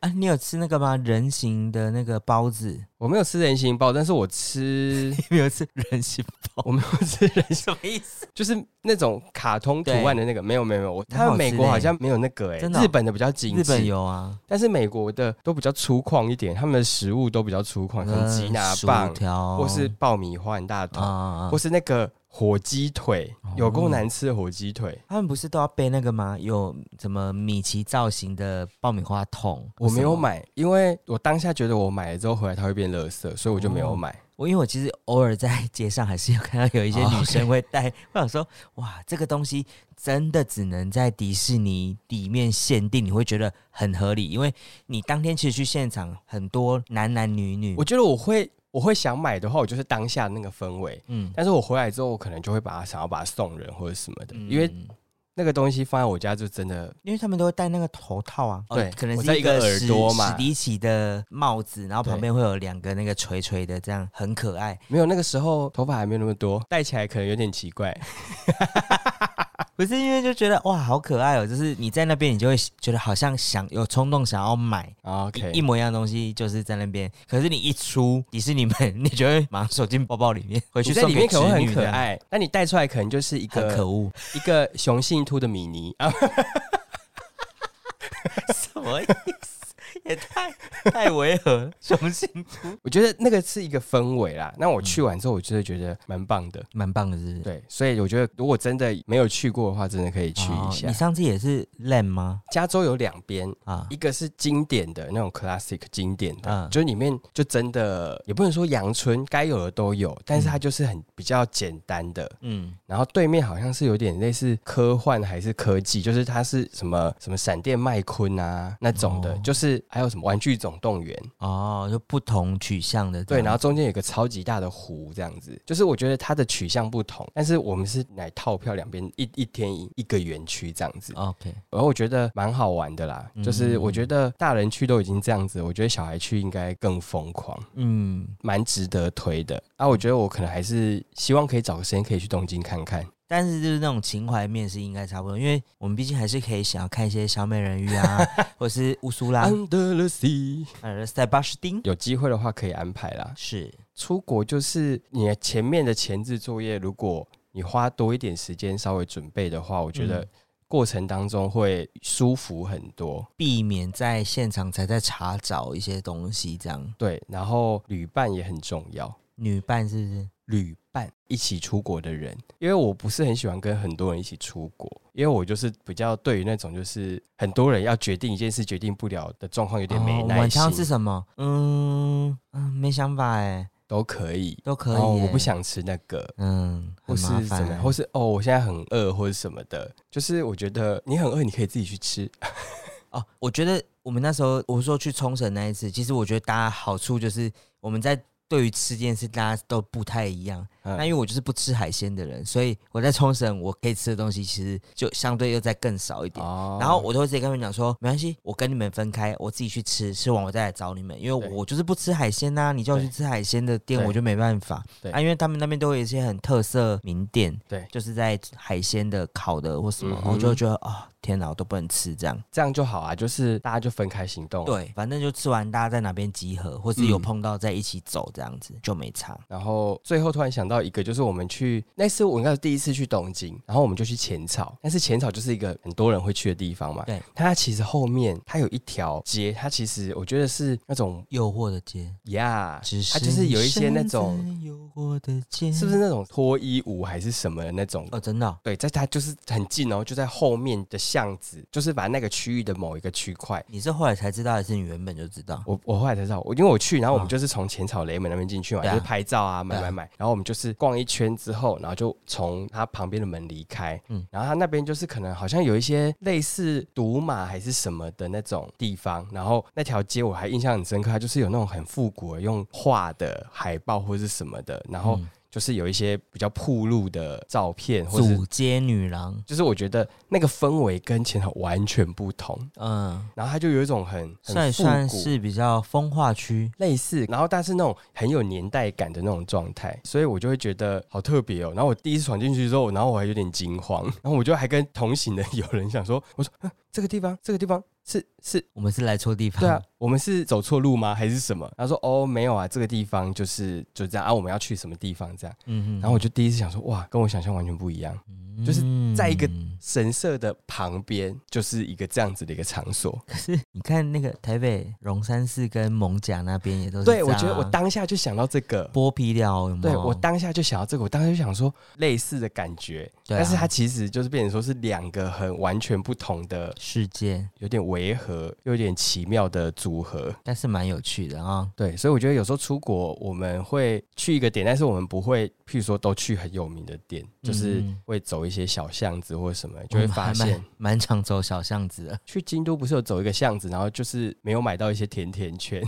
Speaker 1: 啊，你有吃那个吗？人形的那个包子，
Speaker 2: 我没有吃人形包，但是我吃，
Speaker 1: 没有吃人形包，
Speaker 2: 我没有吃人形，
Speaker 1: 什么意思？
Speaker 2: 就是那种卡通图案的那个，没有没有没有，我
Speaker 1: 很
Speaker 2: 他
Speaker 1: 好
Speaker 2: 们
Speaker 1: 吃
Speaker 2: 美国好
Speaker 1: 嘞
Speaker 2: 像没有那个哎、
Speaker 1: 真的哦
Speaker 2: 日本的比较精 致，
Speaker 1: 日本，有啊，
Speaker 2: 但是美国的都比较粗犷一点，他们的食物都比较粗犷，可能吉拿棒
Speaker 1: 嗯呃薯条，
Speaker 2: 或是爆米花很大桶，
Speaker 1: 啊
Speaker 2: 或，是那个火鸡腿，有够
Speaker 1: 哦
Speaker 2: 难吃的火鸡腿。
Speaker 1: 他们不是都要背那个吗？有什么米奇造型的爆米花桶？
Speaker 2: 我没有
Speaker 1: 为什么，
Speaker 2: 买，因为我当下觉得我买了之后回来它会变垃圾，所以我就没有
Speaker 1: 哦
Speaker 2: 买。
Speaker 1: 我因为我其实偶尔在 街上还是有看到有一些
Speaker 2: 哦
Speaker 1: 女生会带，我想说，哇，这个东西真的只能在迪士尼里面限定，你会觉得很合理，因为你当天其实去现场很多男男女女
Speaker 2: 我，觉得我会我会想买的话，我就是当下那个氛围。
Speaker 1: 嗯
Speaker 2: 但是我回来之后，我可能就会把它想要把它送人或者什么的，
Speaker 1: 嗯
Speaker 2: 因为那个东西放在我家就真的
Speaker 1: 因为他们都会戴那个头套啊，
Speaker 2: 对
Speaker 1: 可能
Speaker 2: 我
Speaker 1: 是
Speaker 2: 戴一个
Speaker 1: 史
Speaker 2: 耳朵嘛
Speaker 1: 史迪奇的帽子，然后旁
Speaker 2: 对
Speaker 1: 边会有两个那个垂垂的，这样很可爱。
Speaker 2: 没有，那个时候头发还没有那么多，戴起来可能有点奇怪。
Speaker 1: 不是因为就觉得哇，好可爱哦，就是你在那边，你就会觉得好像想有冲动想要买，
Speaker 2: 啊 OK，
Speaker 1: 一一模一样的东西就是在那边，可是你一出迪士尼 门，你就会马上手进包包里面，回
Speaker 2: 你
Speaker 1: 去
Speaker 2: 在
Speaker 1: 送
Speaker 2: 里面
Speaker 1: 给
Speaker 2: 可能
Speaker 1: 侄
Speaker 2: 会
Speaker 1: 女
Speaker 2: 很
Speaker 1: 这
Speaker 2: 可
Speaker 1: 样，
Speaker 2: 爱，那你戴出来可能就是一
Speaker 1: 很可
Speaker 2: 个
Speaker 1: 恶，
Speaker 2: 一个雄性秃的米妮啊，
Speaker 1: 什么意思？也太太违和，雄性
Speaker 2: 我觉得那个是一个氛围啦。那我去完之后，我真的觉得蛮棒的。
Speaker 1: 蛮棒的，是不是？
Speaker 2: 对，所以我觉得如果真的没有去过的话，真的可以去
Speaker 1: 哦
Speaker 2: 一下
Speaker 1: 你。上次也是 Lam 吗？
Speaker 2: 加州有两边，
Speaker 1: 啊，
Speaker 2: 一个是经典的那种 classic 经典的，
Speaker 1: 嗯
Speaker 2: 就是里面就真的也不能说阳春该有的都有，但是它就是很比较简单的，
Speaker 1: 嗯，
Speaker 2: 然后对面好像是有点类似科幻还是科技，就是它是什么什么闪电麦昆啊那种的，
Speaker 1: 哦
Speaker 2: 就是还有什么玩具总动员，
Speaker 1: 哦，就不同取向的这
Speaker 2: 对，
Speaker 1: 样，
Speaker 2: 然后中间有个超级大的湖这样子，就是我觉得它的取向不同，但是我们是来套票两边一一天一一个园区这样子，
Speaker 1: OK，
Speaker 2: 然后我觉得蛮好玩的啦，就是我觉得大人去都已经这样子，我觉得小孩去应该更疯狂。
Speaker 1: 嗯，
Speaker 2: 蛮值得推的啊！我觉得我可能还是希望可以找个时间可以去东京看看。
Speaker 1: 但是就是那种情怀面是应该差不多，因为我们毕竟还是可以想要看一些小美人鱼 啊，或是乌苏拉、
Speaker 2: Under the sea，
Speaker 1: 呃塞巴斯汀，
Speaker 2: 有机会的话可以安排啦。
Speaker 1: 是
Speaker 2: 出国就是你的前面的前置作业，如果你花多一点时间稍微准备的话，我觉得
Speaker 1: 嗯
Speaker 2: 过程当中会舒服很多。
Speaker 1: 避免在现场才在查找一些东西，这样
Speaker 2: 对，然后旅伴也很重要。
Speaker 1: 女伴是不是？
Speaker 2: 旅伴一起出国的人，因为我不是很喜欢跟很多人一起出国，因为我就是比较对于那种就是很多人要决定一件事决定不了的状况有点没
Speaker 1: 哦
Speaker 2: 耐
Speaker 1: 晚
Speaker 2: 心，
Speaker 1: 餐是什么？嗯嗯，没想法哎，
Speaker 2: 都可以。
Speaker 1: 都可以、
Speaker 2: 哦，我不，想吃那个，
Speaker 1: 嗯，
Speaker 2: 或
Speaker 1: 很
Speaker 2: 是
Speaker 1: 麻
Speaker 2: 怎么
Speaker 1: 烦，
Speaker 2: 样，或是哦，我现在很饿，或者什么的，就是我觉得你很饿，你可以自己去吃。
Speaker 1: 哦，我觉得我们那时候我说去冲绳那一次，其实我觉得大家好处就是我们在对于吃这件事大家都不太一样。
Speaker 2: 嗯
Speaker 1: 那因为我就是不吃海鲜的人，所以我在冲绳我可以吃的东西其实就相对又再更少一点。
Speaker 2: 哦
Speaker 1: 然后我都会直接跟他们讲说，没关系，我跟你们分开，我自己去吃，吃完我再来找你们，因为
Speaker 2: 对
Speaker 1: 我就是不吃海鲜呐、你叫我去
Speaker 2: 对
Speaker 1: 吃海鲜的店，
Speaker 2: 对
Speaker 1: 我就没办法。
Speaker 2: 对
Speaker 1: 啊，因为他们那边都有一些很特色名店，
Speaker 2: 对
Speaker 1: 就是在海鲜的烤的或什么，
Speaker 2: 嗯哼
Speaker 1: 我就会觉得哦，天哪，我都不能吃这样。
Speaker 2: 这样就好啊，就是大家就分开行动。，
Speaker 1: 对，反正就吃完，大家在哪边集合，或是有
Speaker 2: 嗯
Speaker 1: 碰到在一起走这样子就没差。
Speaker 2: 然后最后突然想到一个，就是我们去那次我应该是第一次去东京，然后我们就去浅草，但是浅草就是一个很多人会去的地方嘛。
Speaker 1: 对，
Speaker 2: 它其实后面它有一条街，它其实我觉得是那种
Speaker 1: 诱惑的街，
Speaker 2: 呀
Speaker 1: 只是
Speaker 2: 它就是有一些那
Speaker 1: 你
Speaker 2: 种
Speaker 1: 身在诱惑的街，
Speaker 2: 是不是？那种脱衣舞还是什么的那种。
Speaker 1: 哦，真的哦、
Speaker 2: 对，在它就是很近哦，就在后面的巷子，就是把那个区域的某一个区块，
Speaker 1: 你是后来才知道，还是你原本就知道？
Speaker 2: 我我后来才知道，我因为我去，然后我们
Speaker 1: 嗯
Speaker 2: 就是从浅草雷门那边进去嘛，
Speaker 1: 对啊
Speaker 2: 就是拍照啊，买
Speaker 1: 对啊
Speaker 2: 买买。然后我们就是逛一圈之后，然后就从它旁边的门离开。嗯
Speaker 1: 嗯，
Speaker 2: 然后它那边就是可能好像有一些类似赌马还是什么的那种地方。然后那条街我还印象很深刻，它就是有那种很复古的用画的海报或是什么的，然后
Speaker 1: 嗯
Speaker 2: 就是有一些比较铺路的照片，或是
Speaker 1: 主街女郎，
Speaker 2: 就是我觉得那个氛围跟浅草完全不同。
Speaker 1: 嗯，
Speaker 2: 然后它就有一种很
Speaker 1: 算
Speaker 2: 很复
Speaker 1: 算
Speaker 2: 古。
Speaker 1: 是比较风化区，
Speaker 2: 类似，然后但是那种很有年代感的那种状态，所以我就会觉得好特别哦。然后我第一次闯进去之后，然后我还有点惊慌， 然后我就还跟同行的有人想说，我说、嗯这个地方，这个地方是 是，
Speaker 1: 我们是来错地方。
Speaker 2: 对啊，我们是走错路吗？还是什么？他说哦没有啊，这个地方就是就这样啊，我们要去什么地方这样。
Speaker 1: 嗯嗯，
Speaker 2: 然后我就第一次想说，哇，跟我想象完全不一样。
Speaker 1: 嗯
Speaker 2: 就是在一个神社的旁边就是一个这样子的一个场所，
Speaker 1: 可是你看那个台北龙山寺跟蒙甲那边也都是这
Speaker 2: 对
Speaker 1: 样啊，
Speaker 2: 我觉得我当下就想到这个，
Speaker 1: 剥皮了，有没有
Speaker 2: 对我当下就想到这个，我当下就想说类似的感觉，
Speaker 1: 对啊
Speaker 2: 但是它其实就是变成说是两个很完全不同的，
Speaker 1: 世界，
Speaker 2: 有点违和，又有点奇妙的组合。
Speaker 1: 但是蛮有趣的啊、
Speaker 2: 对，所以我觉得有时候出国我们会去一个点，但是我们不会，譬如说都去很有名的店，就是
Speaker 1: 嗯
Speaker 2: 会走一些小巷子或什么，就会
Speaker 1: 我们还
Speaker 2: 发
Speaker 1: 蛮
Speaker 2: 现
Speaker 1: 蛮常走小巷子 的，
Speaker 2: 去京都不是有走一个巷子，然后就是没有买到一些甜甜圈。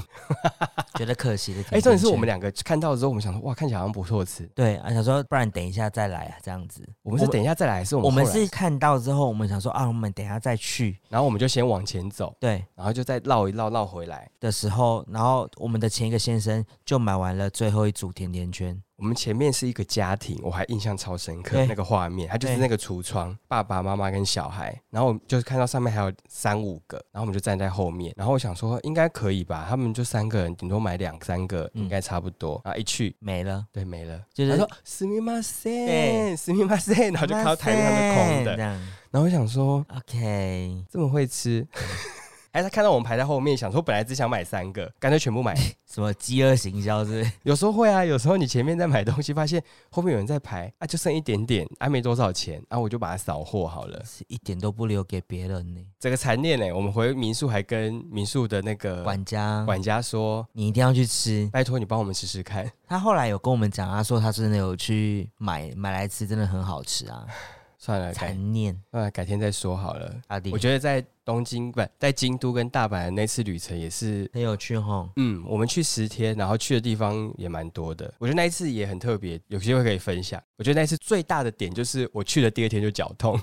Speaker 1: 觉得可惜的。
Speaker 2: 哎，重点是我们两个看到的时候，我们想说哇，看起来好像不错吃。
Speaker 1: 对啊，想说不然等一下再来啊，这样子。
Speaker 2: 我们是等一下再来，还是我们
Speaker 1: 我们
Speaker 2: 后来
Speaker 1: 是，看到之后，我们想说啊，我们等一下再去。
Speaker 2: 然后我们就先往前走，
Speaker 1: 对
Speaker 2: 然后就再绕一绕，绕回来。
Speaker 1: 的时候，然后我们的前一个先生就买完了最后一组甜甜圈，
Speaker 2: 我们前面是一个家庭，我还印象超深刻
Speaker 1: 对
Speaker 2: 那个画面，它就是
Speaker 1: 对
Speaker 2: 那个橱窗，爸爸妈妈跟小孩，然后我就是看到上面还有三五个，然后我们就站在后面，然后我想说应该可以吧，他们就三个人，顶多买两三个
Speaker 1: 嗯
Speaker 2: 应该差不多，然后一去。
Speaker 1: 没了。
Speaker 2: 对，没了。
Speaker 1: 就是
Speaker 2: 他说“死密马塞，
Speaker 1: 对
Speaker 2: 死密马塞”，然后就看到台面上是空的
Speaker 1: 这。样
Speaker 2: 然后我想说，
Speaker 1: 啊 OK，
Speaker 2: 这么会吃， 还是他看到我们排在后面，想说本来只想买三个，干脆全部买
Speaker 1: 什么饥饿行销是不是？
Speaker 2: 有时候会啊，有时候你前面在买东西，发现后面有人在排啊，就剩一点点，啊没多少钱，啊我就把它扫货好了。
Speaker 1: 是 一点都不留给别人呢。
Speaker 2: 这个残念欸呢、我们回民宿还跟民宿的那个
Speaker 1: 管家，
Speaker 2: 管家说，
Speaker 1: 你一定要去吃。
Speaker 2: 拜托你帮我们试试看。
Speaker 1: 他后来有跟我们讲，他说他真的有去买买来吃，真的很好吃啊。
Speaker 2: 算了，改
Speaker 1: 残念，
Speaker 2: 算了，改天再说好了。
Speaker 1: 阿弟，
Speaker 2: 我觉得在东京不在京都跟大阪的那次旅程也是。
Speaker 1: 很有趣吼。
Speaker 2: 嗯，我们去十天，然后去的地方也蛮多的。我觉得那一次也很特别，有机会可以分享。我觉得那一次最大的点就是我去的第二天就脚痛，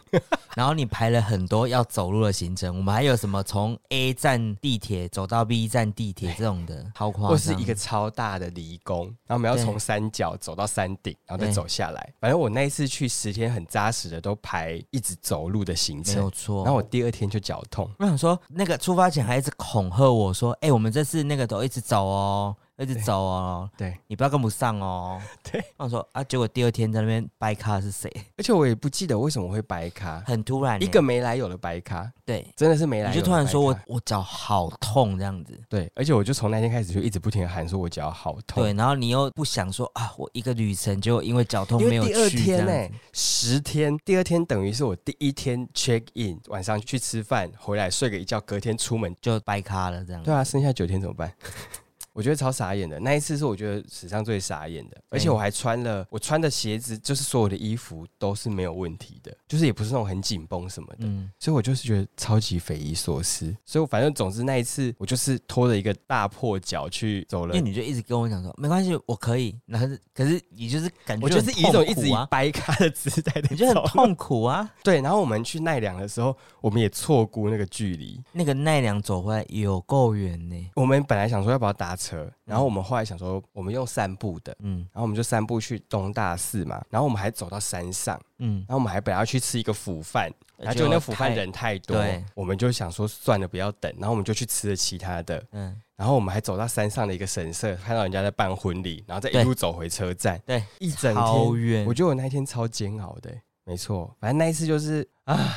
Speaker 1: 然后你排了很多要走路的行程，我们还有什么从 A 站地铁走到 B 站地铁这种的，超夸张。
Speaker 2: 或是一个超大的离宫，然后我们要
Speaker 1: 对
Speaker 2: 从山脚走到山顶，然后再
Speaker 1: 对
Speaker 2: 走下来。反正我那一次去十天很扎实的，都排一直走路的行
Speaker 1: 没
Speaker 2: 程
Speaker 1: 有。错。
Speaker 2: 然后我第二天就脚痛，
Speaker 1: 我想说，那个出发前还一直恐吓我说：“哎、我们这次那个都一直走哦，一直走哦，
Speaker 2: 对，
Speaker 1: 你不要跟不上哦。
Speaker 2: 对，
Speaker 1: 我说啊，结果第二天在那边掰咖是谁？
Speaker 2: 而且我也不记得为什么会白咖，
Speaker 1: 很突然欸、
Speaker 2: 一个没来由的白咖，
Speaker 1: 对，
Speaker 2: 真的是没来
Speaker 1: 你
Speaker 2: 由。
Speaker 1: 就突然说我，我脚好痛这样子，
Speaker 2: 对，而且我就从那天开始就一直不停的喊说我脚好痛，
Speaker 1: 对，然后你又不想说啊，我一个旅程就因为脚痛
Speaker 2: 因
Speaker 1: 没有
Speaker 2: 为第二
Speaker 1: 去这
Speaker 2: 天
Speaker 1: 样
Speaker 2: 呢、
Speaker 1: 子，
Speaker 2: 十天，第二天等于是我第一天 check in，晚上去吃饭，回来睡个一觉，隔天出门。
Speaker 1: 就掰咖了这样。
Speaker 2: 对啊，剩下九天怎么办？ 我觉得超傻眼的，那一次是我觉得史上最傻眼
Speaker 1: 哎
Speaker 2: 的，而且我还穿了我穿的鞋子，就是所有的衣服都是没有问题的，就是也不是那种很紧绷什么的，
Speaker 1: 嗯，
Speaker 2: 所以我就是觉得超级匪夷所思。所以我反正总之那一次，我就是拖着一个大破脚去走
Speaker 1: 因
Speaker 2: 了
Speaker 1: 为，你就一直跟我讲说没关系，我可以，然后是可是你就是感觉
Speaker 2: 我就是以一
Speaker 1: 很痛
Speaker 2: 种一直
Speaker 1: 苦
Speaker 2: 以
Speaker 1: 啊，
Speaker 2: 掰咖的姿态在
Speaker 1: 你就很
Speaker 2: 走路
Speaker 1: 痛苦啊。
Speaker 2: 对，然后我们去奈良的时候，我们也错估那个距离。
Speaker 1: 那个奈良走回来有够远呢，
Speaker 2: 我们本来想说要不要搭车，然后我们后来想说我们用散步的，
Speaker 1: 嗯
Speaker 2: 然后我们就散步去东大寺嘛，然后我们还走到山上，
Speaker 1: 嗯，
Speaker 2: 然后我们还本来要去吃一个腐饭，然后就那腐饭
Speaker 1: 太，
Speaker 2: 人太多
Speaker 1: 对，
Speaker 2: 我们就想说算了不要等，然后我们就去吃了其他的，
Speaker 1: 嗯，
Speaker 2: 然后我们还走到山上的一个神社，看到人家在办婚礼，然后再
Speaker 1: 对
Speaker 2: 一路走回车站，
Speaker 1: 对，
Speaker 2: 一整
Speaker 1: 超
Speaker 2: 天
Speaker 1: 远
Speaker 2: 嗯我，觉得我那一天超煎熬的欸、没错，反正那一次就是啊，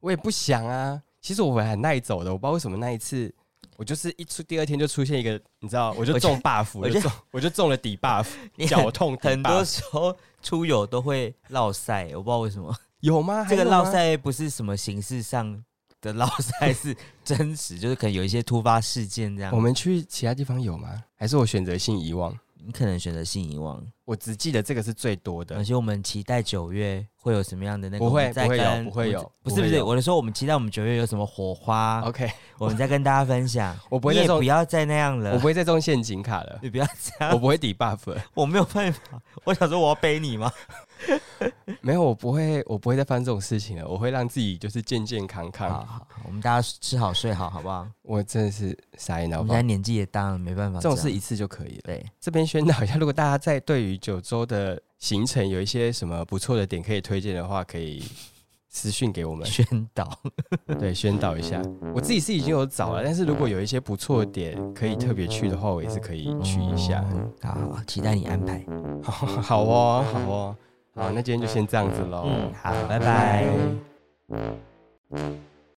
Speaker 2: 我也不想啊。其实我很耐走的，我不知道为什么那一次，我就是一出第二天就出现一个，你知道，我就
Speaker 1: 我觉得
Speaker 2: 中 buff，我
Speaker 1: 我
Speaker 2: 就
Speaker 1: 觉得
Speaker 2: 中，我就中了底 buff，
Speaker 1: 你很
Speaker 2: 脚痛底
Speaker 1: 很多
Speaker 2: buff
Speaker 1: 时候出游都会落赛，我不知道为什 么。
Speaker 2: 有吗？
Speaker 1: 这个
Speaker 2: 还有吗
Speaker 1: 落赛不是什么形式上的落赛，是 真实，就是可能有一些突发事件这样
Speaker 2: 我。们去其他地方有吗？还是我选择性遗忘？
Speaker 1: 你可能选择性遗忘，
Speaker 2: 我只记得这个是最多的
Speaker 1: 而。且我们期待九月会有什么样的那个？
Speaker 2: 不会
Speaker 1: 我们再
Speaker 2: 不会有
Speaker 1: 跟
Speaker 2: 不会有
Speaker 1: 我们不
Speaker 2: 不
Speaker 1: 是
Speaker 2: 会
Speaker 1: 不是，
Speaker 2: 有
Speaker 1: 我的说我们期待我们九月有什么火花，
Speaker 2: OK，
Speaker 1: 我们再跟大家分享。
Speaker 2: 啊我不会
Speaker 1: 你
Speaker 2: 再
Speaker 1: 也
Speaker 2: 中
Speaker 1: 不，要啊再那样了，
Speaker 2: 我不会再中陷阱卡了，
Speaker 1: 你不要这
Speaker 2: 我
Speaker 1: 样，
Speaker 2: 不会底 buff 了。
Speaker 1: 我没有办法。我想说我要背你吗？
Speaker 2: 没有，我不会，我不会再犯这种事情了。我会让自己就是健健康
Speaker 1: 好
Speaker 2: 康
Speaker 1: 好。好，我们大家吃好睡好，好不好？
Speaker 2: 我真的是傻眼
Speaker 1: 我
Speaker 2: 到
Speaker 1: 们
Speaker 2: 爆
Speaker 1: 现在。年纪也大了，没办法
Speaker 2: 这
Speaker 1: 这
Speaker 2: 种
Speaker 1: 样。
Speaker 2: 事一次就可以了。
Speaker 1: 对，
Speaker 2: 这边宣导一下，如果大家在对于九州的行程有一些什么不错的点可以推荐的话，可以私讯给我们，
Speaker 1: 宣导。
Speaker 2: 对，宣导一下。我自己是已经有找了，但是如果有一些不错的点可以特别去的话，我也是可以 去一下。
Speaker 1: 哦好好，好期待你安排。
Speaker 2: 好，好哦，好哦，好，那今天就先这样子喽。
Speaker 1: 嗯，好，拜
Speaker 2: 拜
Speaker 1: 拜。
Speaker 2: 拜